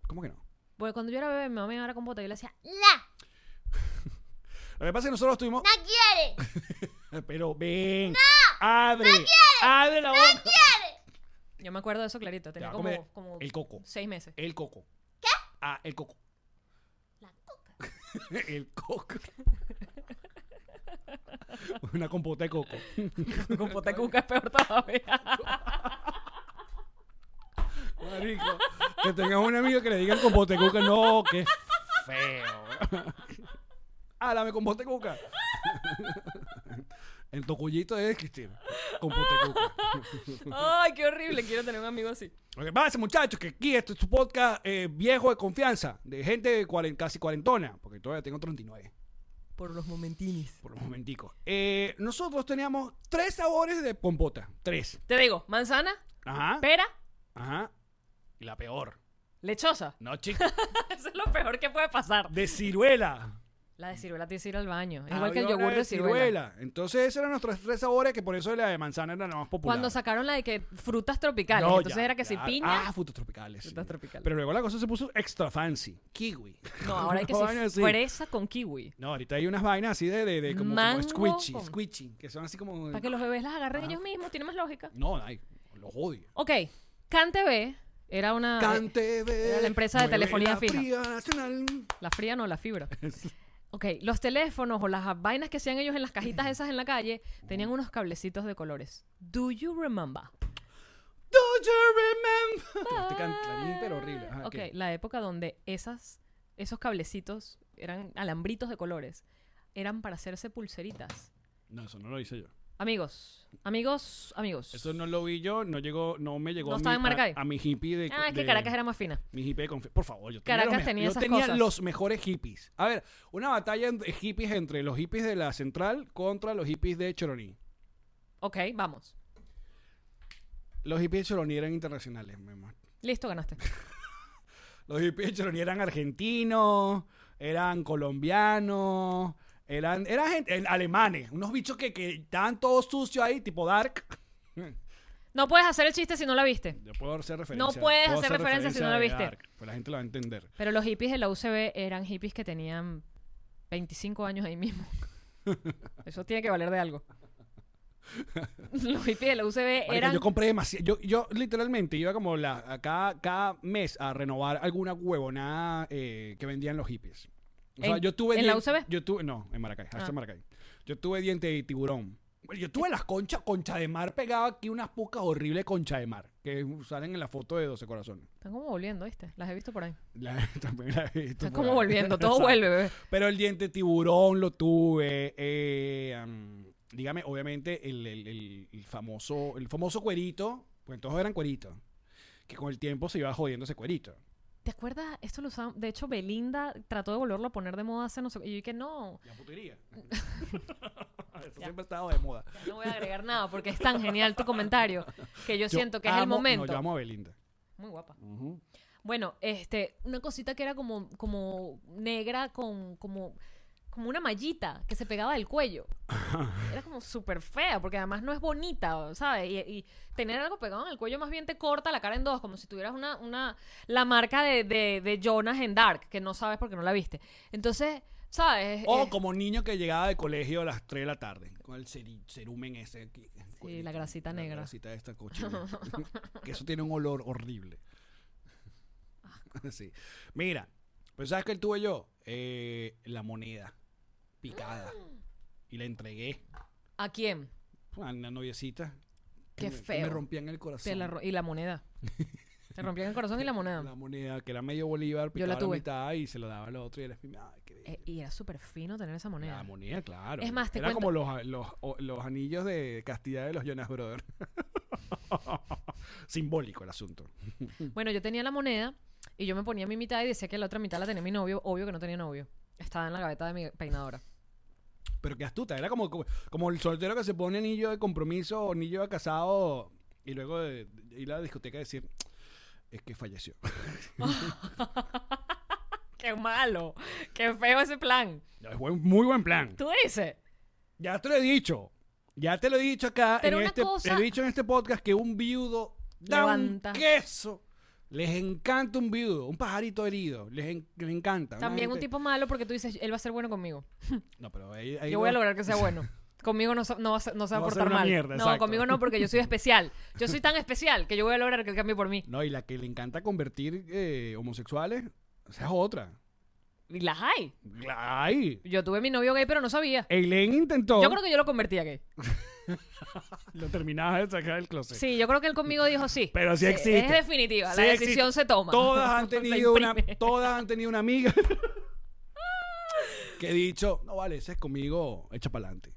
¿Cómo que no? Porque cuando yo era bebé, mi mamá me daba compota y yo le decía, Lo que pasa es que nosotros tuvimos. ¡No quiere! Pero ven. ¡Abre! ¡Abre la boca! yo me acuerdo de eso clarito, tenía Ya, como, come como el coco. seis meses. El coco. ¿Qué? Ah, el coco. La coca. el coco. Una compota de coco. compota cuca es peor todavía. Marico. Que tengas un amigo que le diga el compote cuca. No, qué feo. Álame compote cuca. El tocullito es Cristina. Compote cuca. Ay, qué horrible, quiero tener un amigo así. Lo que pasa, muchachos, que aquí este es tu podcast eh, viejo de confianza. De gente de cuaren- casi cuarentona. Porque todavía tengo 39. Por los momentines. Por un momentico. Eh, nosotros teníamos tres sabores de compota. Tres. Te digo, manzana, Ajá. pera, Ajá. Y la peor. lechosa. No, chicos. Eso es lo peor que puede pasar. De ciruela. La de ciruela tienes que ir al baño. Es igual que Había el una yogur de ciruela. Entonces, esos eran nuestros tres sabores, que por eso la de manzana era la más popular. Cuando sacaron la de que frutas tropicales. No, entonces ya, era que ya. si piña. Ah, frutas tropicales. sí. Frutas tropicales. Pero luego la cosa se puso extra fancy. Kiwi. no, ahora hay que Una vaina si así. fresa con kiwi. No, ahorita hay unas vainas así de, de, de como, como Mango squishy, con- squishy, que son así como... Para que los bebés las Ah. agarren ellos mismos, tiene más lógica. No, ay, los odio. Ok, CanTV era una. Cante de... era la empresa de mueve telefonía la fija. fría nacional. La fría no, la fibra. Ok, los teléfonos o las vainas que hacían ellos en las cajitas esas en la calle tenían unos cablecitos de colores. Do you remember? Do you remember? Este can- clarín, pero horrible. Ajá, ok, ¿qué? la época donde esas, esos cablecitos eran alambritos de colores, eran para hacerse pulseritas. No, eso no lo hice yo. Amigos, amigos, amigos. Eso no lo vi yo, no llegó, no me llegó No a, mi, estaba en Maracay. a, a mi hippie de. ah, es que de- Caracas era más fina. Mi hippie de confi- Por favor, yo tenía, Caracas los, me- tenía yo esas tenía cosas. los mejores hippies. A ver, una batalla de hippies entre los hippies de la central contra los hippies de Choroní. Ok, vamos. Los hippies de Choroní eran internacionales, mi amor. Listo, ganaste. Los hippies de Choroní eran argentinos, eran colombianos, eran, eran gente- en- alemanes, unos bichos que, que estaban todos sucios ahí, tipo dark. No puedes hacer el chiste si no la viste. Yo puedo hacer referencia. puedes puedo hacer referencia si no la de viste. Dark, pues la gente lo va a entender. Pero los hippies de la UCB eran hippies que tenían 25 años ahí mismo. Eso tiene que valer de algo. Los hippies de la UCB Marica, eran... Yo compré demasiado. Yo, yo literalmente iba como la, a cada, cada mes a renovar alguna huevonada eh, que vendían los hippies. O sea, ¿En- yo tuve en la dien- UCB? Yo tuve, no, en Maracay, hasta Ah. Maracay. Yo tuve diente de tiburón. Yo tuve las conchas, concha de mar pegado aquí, unas pucas horribles concha de mar, que salen en la foto de 12 corazones. Están como volviendo, ¿viste? Las he visto por ahí. La- también la he visto Están por como ahí. volviendo, todo Exacto. vuelve, bebé. Pero el diente tiburón lo tuve. eh, am, dígame, obviamente, el, el- el- el famoso, el famoso cuerito, pues todos eran cueritos. Que con el tiempo se iba jodiendo ese cuerito. ¿Te acuerdas? Esto lo usaban. De hecho, Belinda trató de volverlo a poner de moda hace no sé. Y yo dije, no, La putería. Eso siempre ha estado de moda. ya no voy a agregar nada porque es tan genial tu comentario que yo, Yo siento que es el amo- momento. No, yo amo a Belinda. Muy guapa. Bueno, este, una cosita que era como, como negra con como, como una mallita que se pegaba del cuello. Era como súper fea, porque además no es bonita, ¿sabes? Y, y tener algo pegado en el cuello más bien te corta la cara en dos, como si tuvieras una, una la marca de, de, de Jonas en Dark, que no sabes porque no la viste. Entonces, ¿sabes? O Es- como niño que llegaba del colegio a las 3 de la tarde. Con el ceri- cerumen ese. Aquí, el cuerito, grasita negra. La grasita de esta cochina. que eso tiene un olor horrible. Ah. sí. Mira, pues ¿sabes qué tuve yo? Eh, la moneda picada. y la entregué ¿A quién? a una noviecita. que Qué me- que feo. Me rompían el Te corazón. la ro- y la moneda. Te rompían el corazón y la moneda. La moneda, que era medio bolívar, picaba la, tuve. mitad y se lo daba al otro y era ay, qué bello. Eh, y era súper fino tener esa moneda. La moneda, claro. Es más, te Era cuento- como los, los, o- los anillos de castidad de los Jonas Brothers. Simbólico el asunto. Bueno, yo tenía la moneda y yo me ponía mi mitad y decía que la otra mitad la tenía mi novio. Obvio que no tenía novio. Estaba en la gaveta de mi peinadora. Pero qué astuta. Era como, como, como el soltero que se pone anillo de compromiso o anillo de casado y luego de, de ir a la discoteca a decir, es que falleció. ¡Qué malo! ¡Qué feo ese plan! es buen- muy buen plan. Tú dices. Ya te lo he dicho. Ya te lo he dicho acá. Pero en una este, cosa- He dicho en este podcast que un viudo da Levanta. un queso. Les encanta un viudo, un pajarito herido. Les, en- les encanta. Una También un gente- tipo malo porque tú dices, él va a ser bueno conmigo. No, pero ahí- ahí Yo voy a no- lograr que sea bueno. Conmigo no, so- no, va a ser- no se va No a va a ser portar una mal. mierda, no, exacto. conmigo no porque yo soy especial. Yo soy tan especial que yo voy a lograr que él cambie por mí. No, y la que le encanta convertir eh, homosexuales, esa es otra. Y las hay. Ay, Yo tuve mi novio gay pero no sabía. Eileen intentó. Yo creo que yo lo convertí a gay. Lo terminaba de sacar del closet. Sí, yo creo que él conmigo dijo sí. Pero sí Eh, existe. Es definitiva, Sí la existe. decisión se toma. Todas han Se tenido una, imprime. todas han tenido una amiga que he dicho, no vale, ese es conmigo, echa para adelante.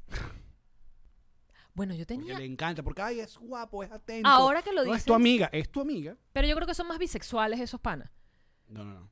Bueno, yo Porque tenía. le encanta, porque ay, es guapo, es atento. Ahora que lo No es dices- tu amiga, es tu amiga. Pero yo creo que son más bisexuales esos panas. No, no, no.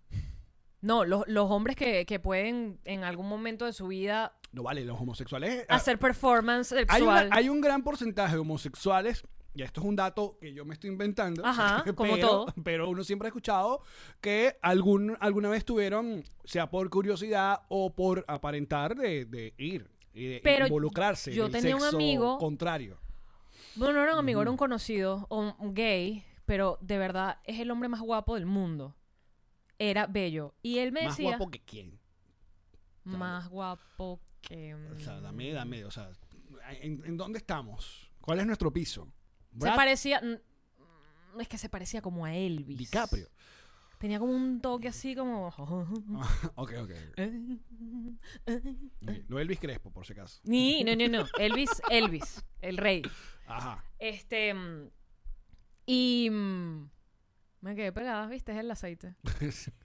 No, los, los hombres que, que pueden en algún momento de su vida No vale, los homosexuales. ah, hacer performance hay, sexual. una- hay un gran porcentaje de homosexuales, y esto es un dato que yo me estoy inventando, Ajá, como pero, todo. pero uno siempre ha escuchado que algún, alguna vez tuvieron, sea por curiosidad o por aparentar de, de ir y de Pero involucrarse. yo del tenía un sexo amigo- contrario. Bueno, no era un amigo, era un conocido, o un- un gay, pero de verdad es el hombre más guapo del mundo. Era bello. Y él me Más decía. guapo que quién. Más guapo que. mm". O sea, ah, dame, dame, o sea, ¿en, en dónde estamos? ¿Cuál es nuestro piso? Se Brad parecía. mm, Es que se parecía como a Elvis. DiCaprio. Tenía como un toque así como. ok, ok. ok. Lo Elvis Crespo, por si acaso. Ni, no, no, no. Elvis, Elvis, el rey. Ajá. Este. mm, Y. mm, Me quedé pegada, ¿viste? Es el aceite.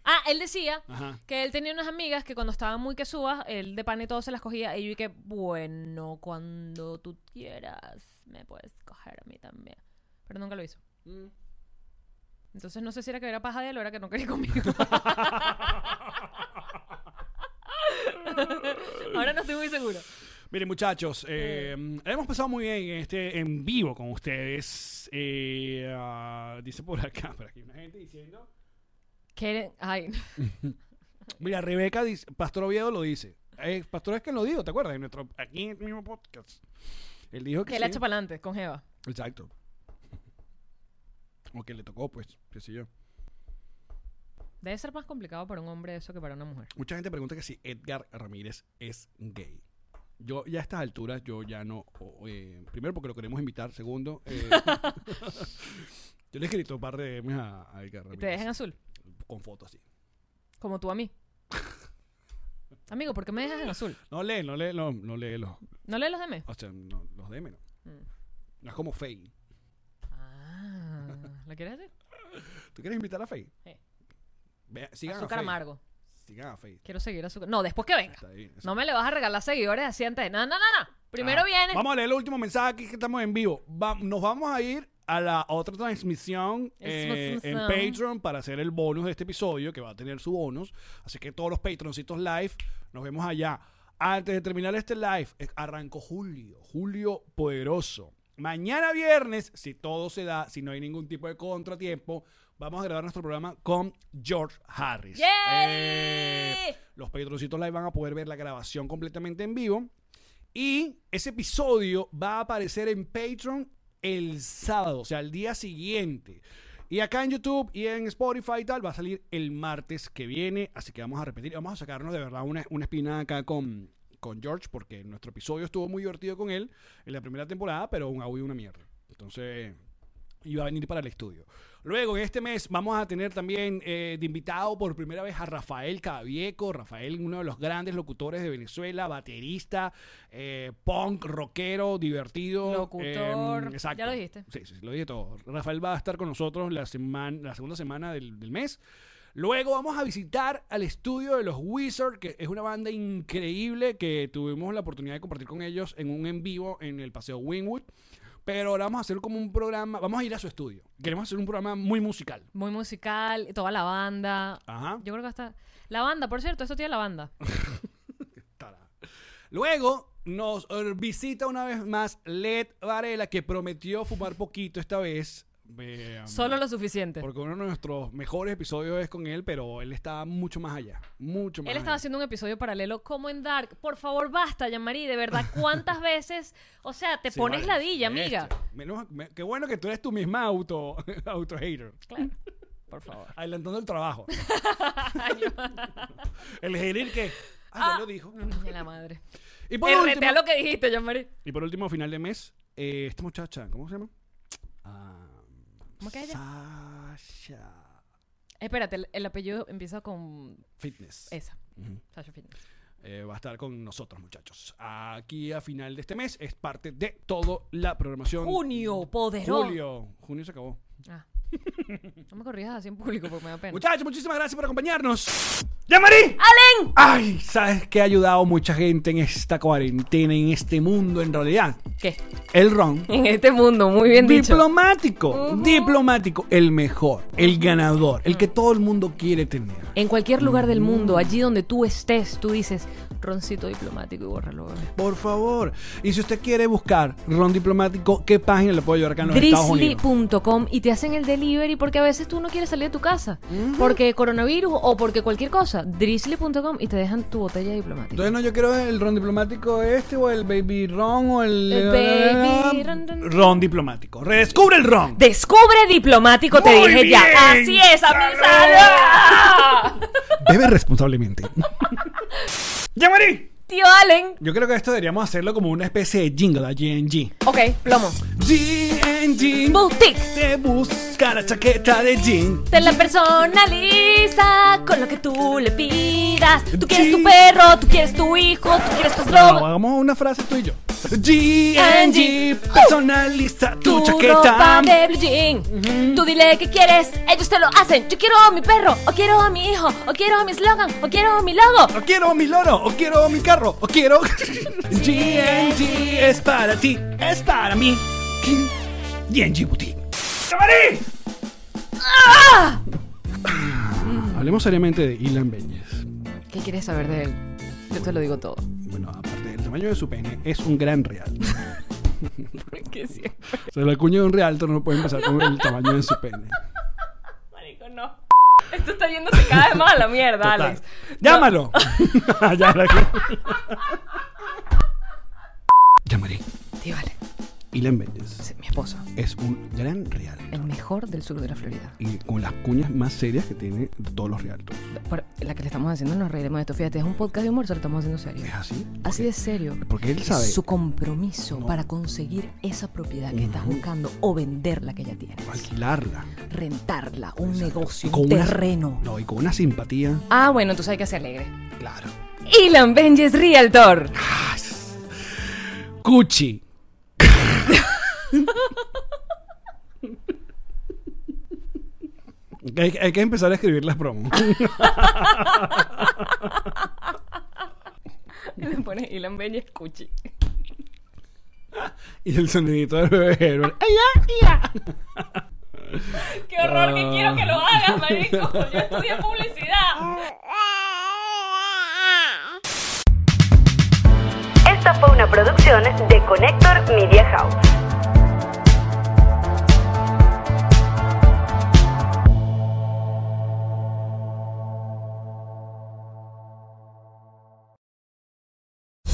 ah, él decía Ajá. que él tenía unas amigas que cuando estaban muy que subas, él de pan y todo se las cogía. Y yo dije, bueno, cuando tú quieras, me puedes coger a mí también. Pero nunca lo hizo. Mm. Entonces no sé si era que era paja de él o era que no quería conmigo. Ahora no estoy muy seguro. Miren, muchachos, eh, la hemos pasado muy bien en este en vivo con ustedes. Eh, ah, dice por acá, por aquí, una gente diciendo. Que- Ay, Mira, Rebeca, dice, Pastor Oviedo lo dice. Eh, Pastor es que lo dijo, ¿te acuerdas? En nuestro, aquí en el mismo podcast. Él dijo que. que él sí. ha hecho para adelante con Jeva. Exacto. O que le tocó, pues, qué sé yo. Debe ser más complicado para un hombre eso que para una mujer. Mucha gente pregunta que si Edgar Ramírez es gay. Yo ya a estas alturas, yo ya no... o- eh, primero porque lo queremos invitar, segundo... eh, yo le he escrito un par de DMs a, a Edgar Y te Ramírez. dejan azul, Con fotos así. como tú a mí. Amigo, ¿por qué me dejas en azul? No lee, no lee, no, no lee los... ¿No lees los DM? O sea, no, los DM no. Mm. No es como Faye. Ah, ¿lo quieres decir? ¿Tú quieres invitar a Faye? Sí. Ve- sigan azúcar a Faye. amargo. Sigan a Faye. Quiero seguir azúcar. No, después que venga. Está bien, eso. No me le vas a regalar seguidores así antes. de- No, no, no, no. Primero Ah, viene. Vamos a leer el último mensaje aquí que estamos en vivo. Va- nos vamos a ir a la otra transmisión eh, en Transmisión. Patreon para hacer el bonus de este episodio, que va a tener su bonus. Así que todos los Patroncitos live, nos vemos allá. Antes de terminar este live, eh, arrancó Julio, Julio Poderoso. Mañana viernes, si todo se da, si no hay ningún tipo de contratiempo, vamos a grabar nuestro programa con George Harris. ¡Yay! Eh, los Patroncitos Live van a poder ver la grabación completamente en vivo. Y ese episodio va a aparecer en Patreon el sábado, o sea, el día siguiente. Y acá en YouTube y en Spotify y tal, va a salir el martes que viene. Así que vamos a repetir, vamos a sacarnos de verdad una, una espina acá con, con George, porque nuestro episodio estuvo muy divertido con él en la primera temporada, pero un audio una mierda. Entonces, y va a venir para el estudio. Luego, en este mes, vamos a tener también eh, de invitado por primera vez a Rafael Cavieco. Rafael, uno de los grandes locutores de Venezuela, baterista, eh, punk, rockero, divertido. Locutor. eh, exacto. Ya lo dijiste. Sí, sí, sí, lo dije todo. Rafael va a estar con nosotros la, semana, la segunda semana del, del mes. Luego vamos a visitar al estudio de los Wizard, que es una banda increíble que tuvimos la oportunidad de compartir con ellos en un en vivo en el Paseo Wynwood. Pero ahora vamos a hacer como un programa, vamos a ir a su estudio. Queremos hacer un programa muy musical. Muy musical, toda la banda. Ajá. Yo creo que hasta. La banda, por cierto, esto tiene la banda. Tará. Luego nos eh, visita una vez más Led Varela, que prometió fumar poquito esta vez. Eh, Solo lo suficiente. Porque uno de nuestros mejores episodios es con él, pero él está mucho más allá. Mucho más Él estaba allá. haciendo un episodio paralelo como en Dark. Por favor, basta, Yamari, de verdad, ¿cuántas veces? O sea, te Sí, pones vale. ladilla, amiga. Bestia. Menos- me- qué bueno que tú eres tu misma auto, auto hater. Claro. Por favor. Adelantando el trabajo. el hater que. Ah, ya lo dijo. De la madre. Y por, último, Erretea lo que dijiste, Yamari. y por último, final de mes, eh, esta muchacha, ¿cómo se llama? Ah, ¿Cómo que ella? Sasha Espérate, el, el apellido empieza con Fitness. esa. Ujú. Sasha Fitness. Eh, va a estar con nosotros, muchachos. Aquí a final de este mes es parte de toda la programación. Junio, poderoso. Julio. Junio se acabó. Ah. No me corrijas así en público porque me da pena. Muchachos, muchísimas gracias por acompañarnos. ¡Yamari! ¡Alen! Ay, ¿sabes qué ha ayudado mucha gente en esta cuarentena, en este mundo en realidad? ¿Qué? El ron. En este mundo, muy bien dicho. diplomático, diplomático, el mejor, el ganador, el que todo el mundo quiere tener. En cualquier lugar del mundo, allí donde tú estés, tú dices roncito diplomático y bórralo. bebé". Por favor. Y si usted quiere buscar ron diplomático, ¿qué página le puedo llevar acá en los Estados Unidos? Drizzly.com y te hacen el delivery porque a veces tú no quieres salir de tu casa. Porque coronavirus o porque cualquier cosa. Drizzly.com y te dejan tu botella diplomática. Entonces no, yo quiero el ron diplomático este o el baby ron o el... eh, El baby ron, ron. diplomático. Redescubre el ron. Descubre diplomático, te Muy dije ya. bien, Así es, salud. amizada. Bebe responsablemente. ¡Yamari! Tío Allen. Yo creo que esto deberíamos hacerlo como una especie de jingle a GNG. Ok, plomo. GNG Boutique. te busca la chaqueta de jean. Te la personaliza con lo que tú le pidas. Tú quieres tu Sí. perro, tú quieres tu hijo, tú quieres tus No, lobos. hagamos una frase tú y yo. O sea, GNG, personaliza tu Tu chaqueta. ropa de blue jean. Tú dile qué quieres, ellos te lo hacen. Yo quiero a mi perro, o quiero a mi hijo, o quiero a mi slogan, o quiero a mi logo. O quiero mi loro, o quiero mi carro, o quiero. GNG es para ti, es para mí. GNG Boutique. ¡Camarín! ¡Ah! Hablemos seriamente de Ilan Beñez. ¿Qué quieres saber de él? Yo te lo digo todo. Bueno, aparte del tamaño de su pene, es un gran real. Porque sí. O sea, la cuña de un realtor no puede empezar con el tamaño de su pene. Marico, no. Esto está yéndose cada vez más a la mierda, Total. Alex. ¡Llámalo! ya la... Llamaré. Tío, Alex, Ilan Beñez sí, mi esposo, es un gran real. el mejor del sur de la Florida. y con las cuñas más serias que tiene todos los realtors. Por- la que le estamos haciendo, nos reiremos de esto. Fíjate, es un podcast de humor, se lo estamos haciendo serio. Es así. Así de serio. Porque él Es sabe. Su compromiso No. para conseguir esa propiedad que estás buscando o vender la que ya tienes. Alquilarla. Rentarla, un negocio, Con un una- terreno. No, y con una simpatía. Ah, bueno, entonces hay que ser alegre. Claro. Ah, Ilan Benjes Realtor. Cuchi. hay, hay que empezar a escribir las promos. Le pones Ilan Benjes Cuchi. y el sonidito del bebé Herbert. ¡Ay, Qué horror, que quiero que lo hagas, marico. Yo estudié publicidad. Esta fue una producción de Connector Media House.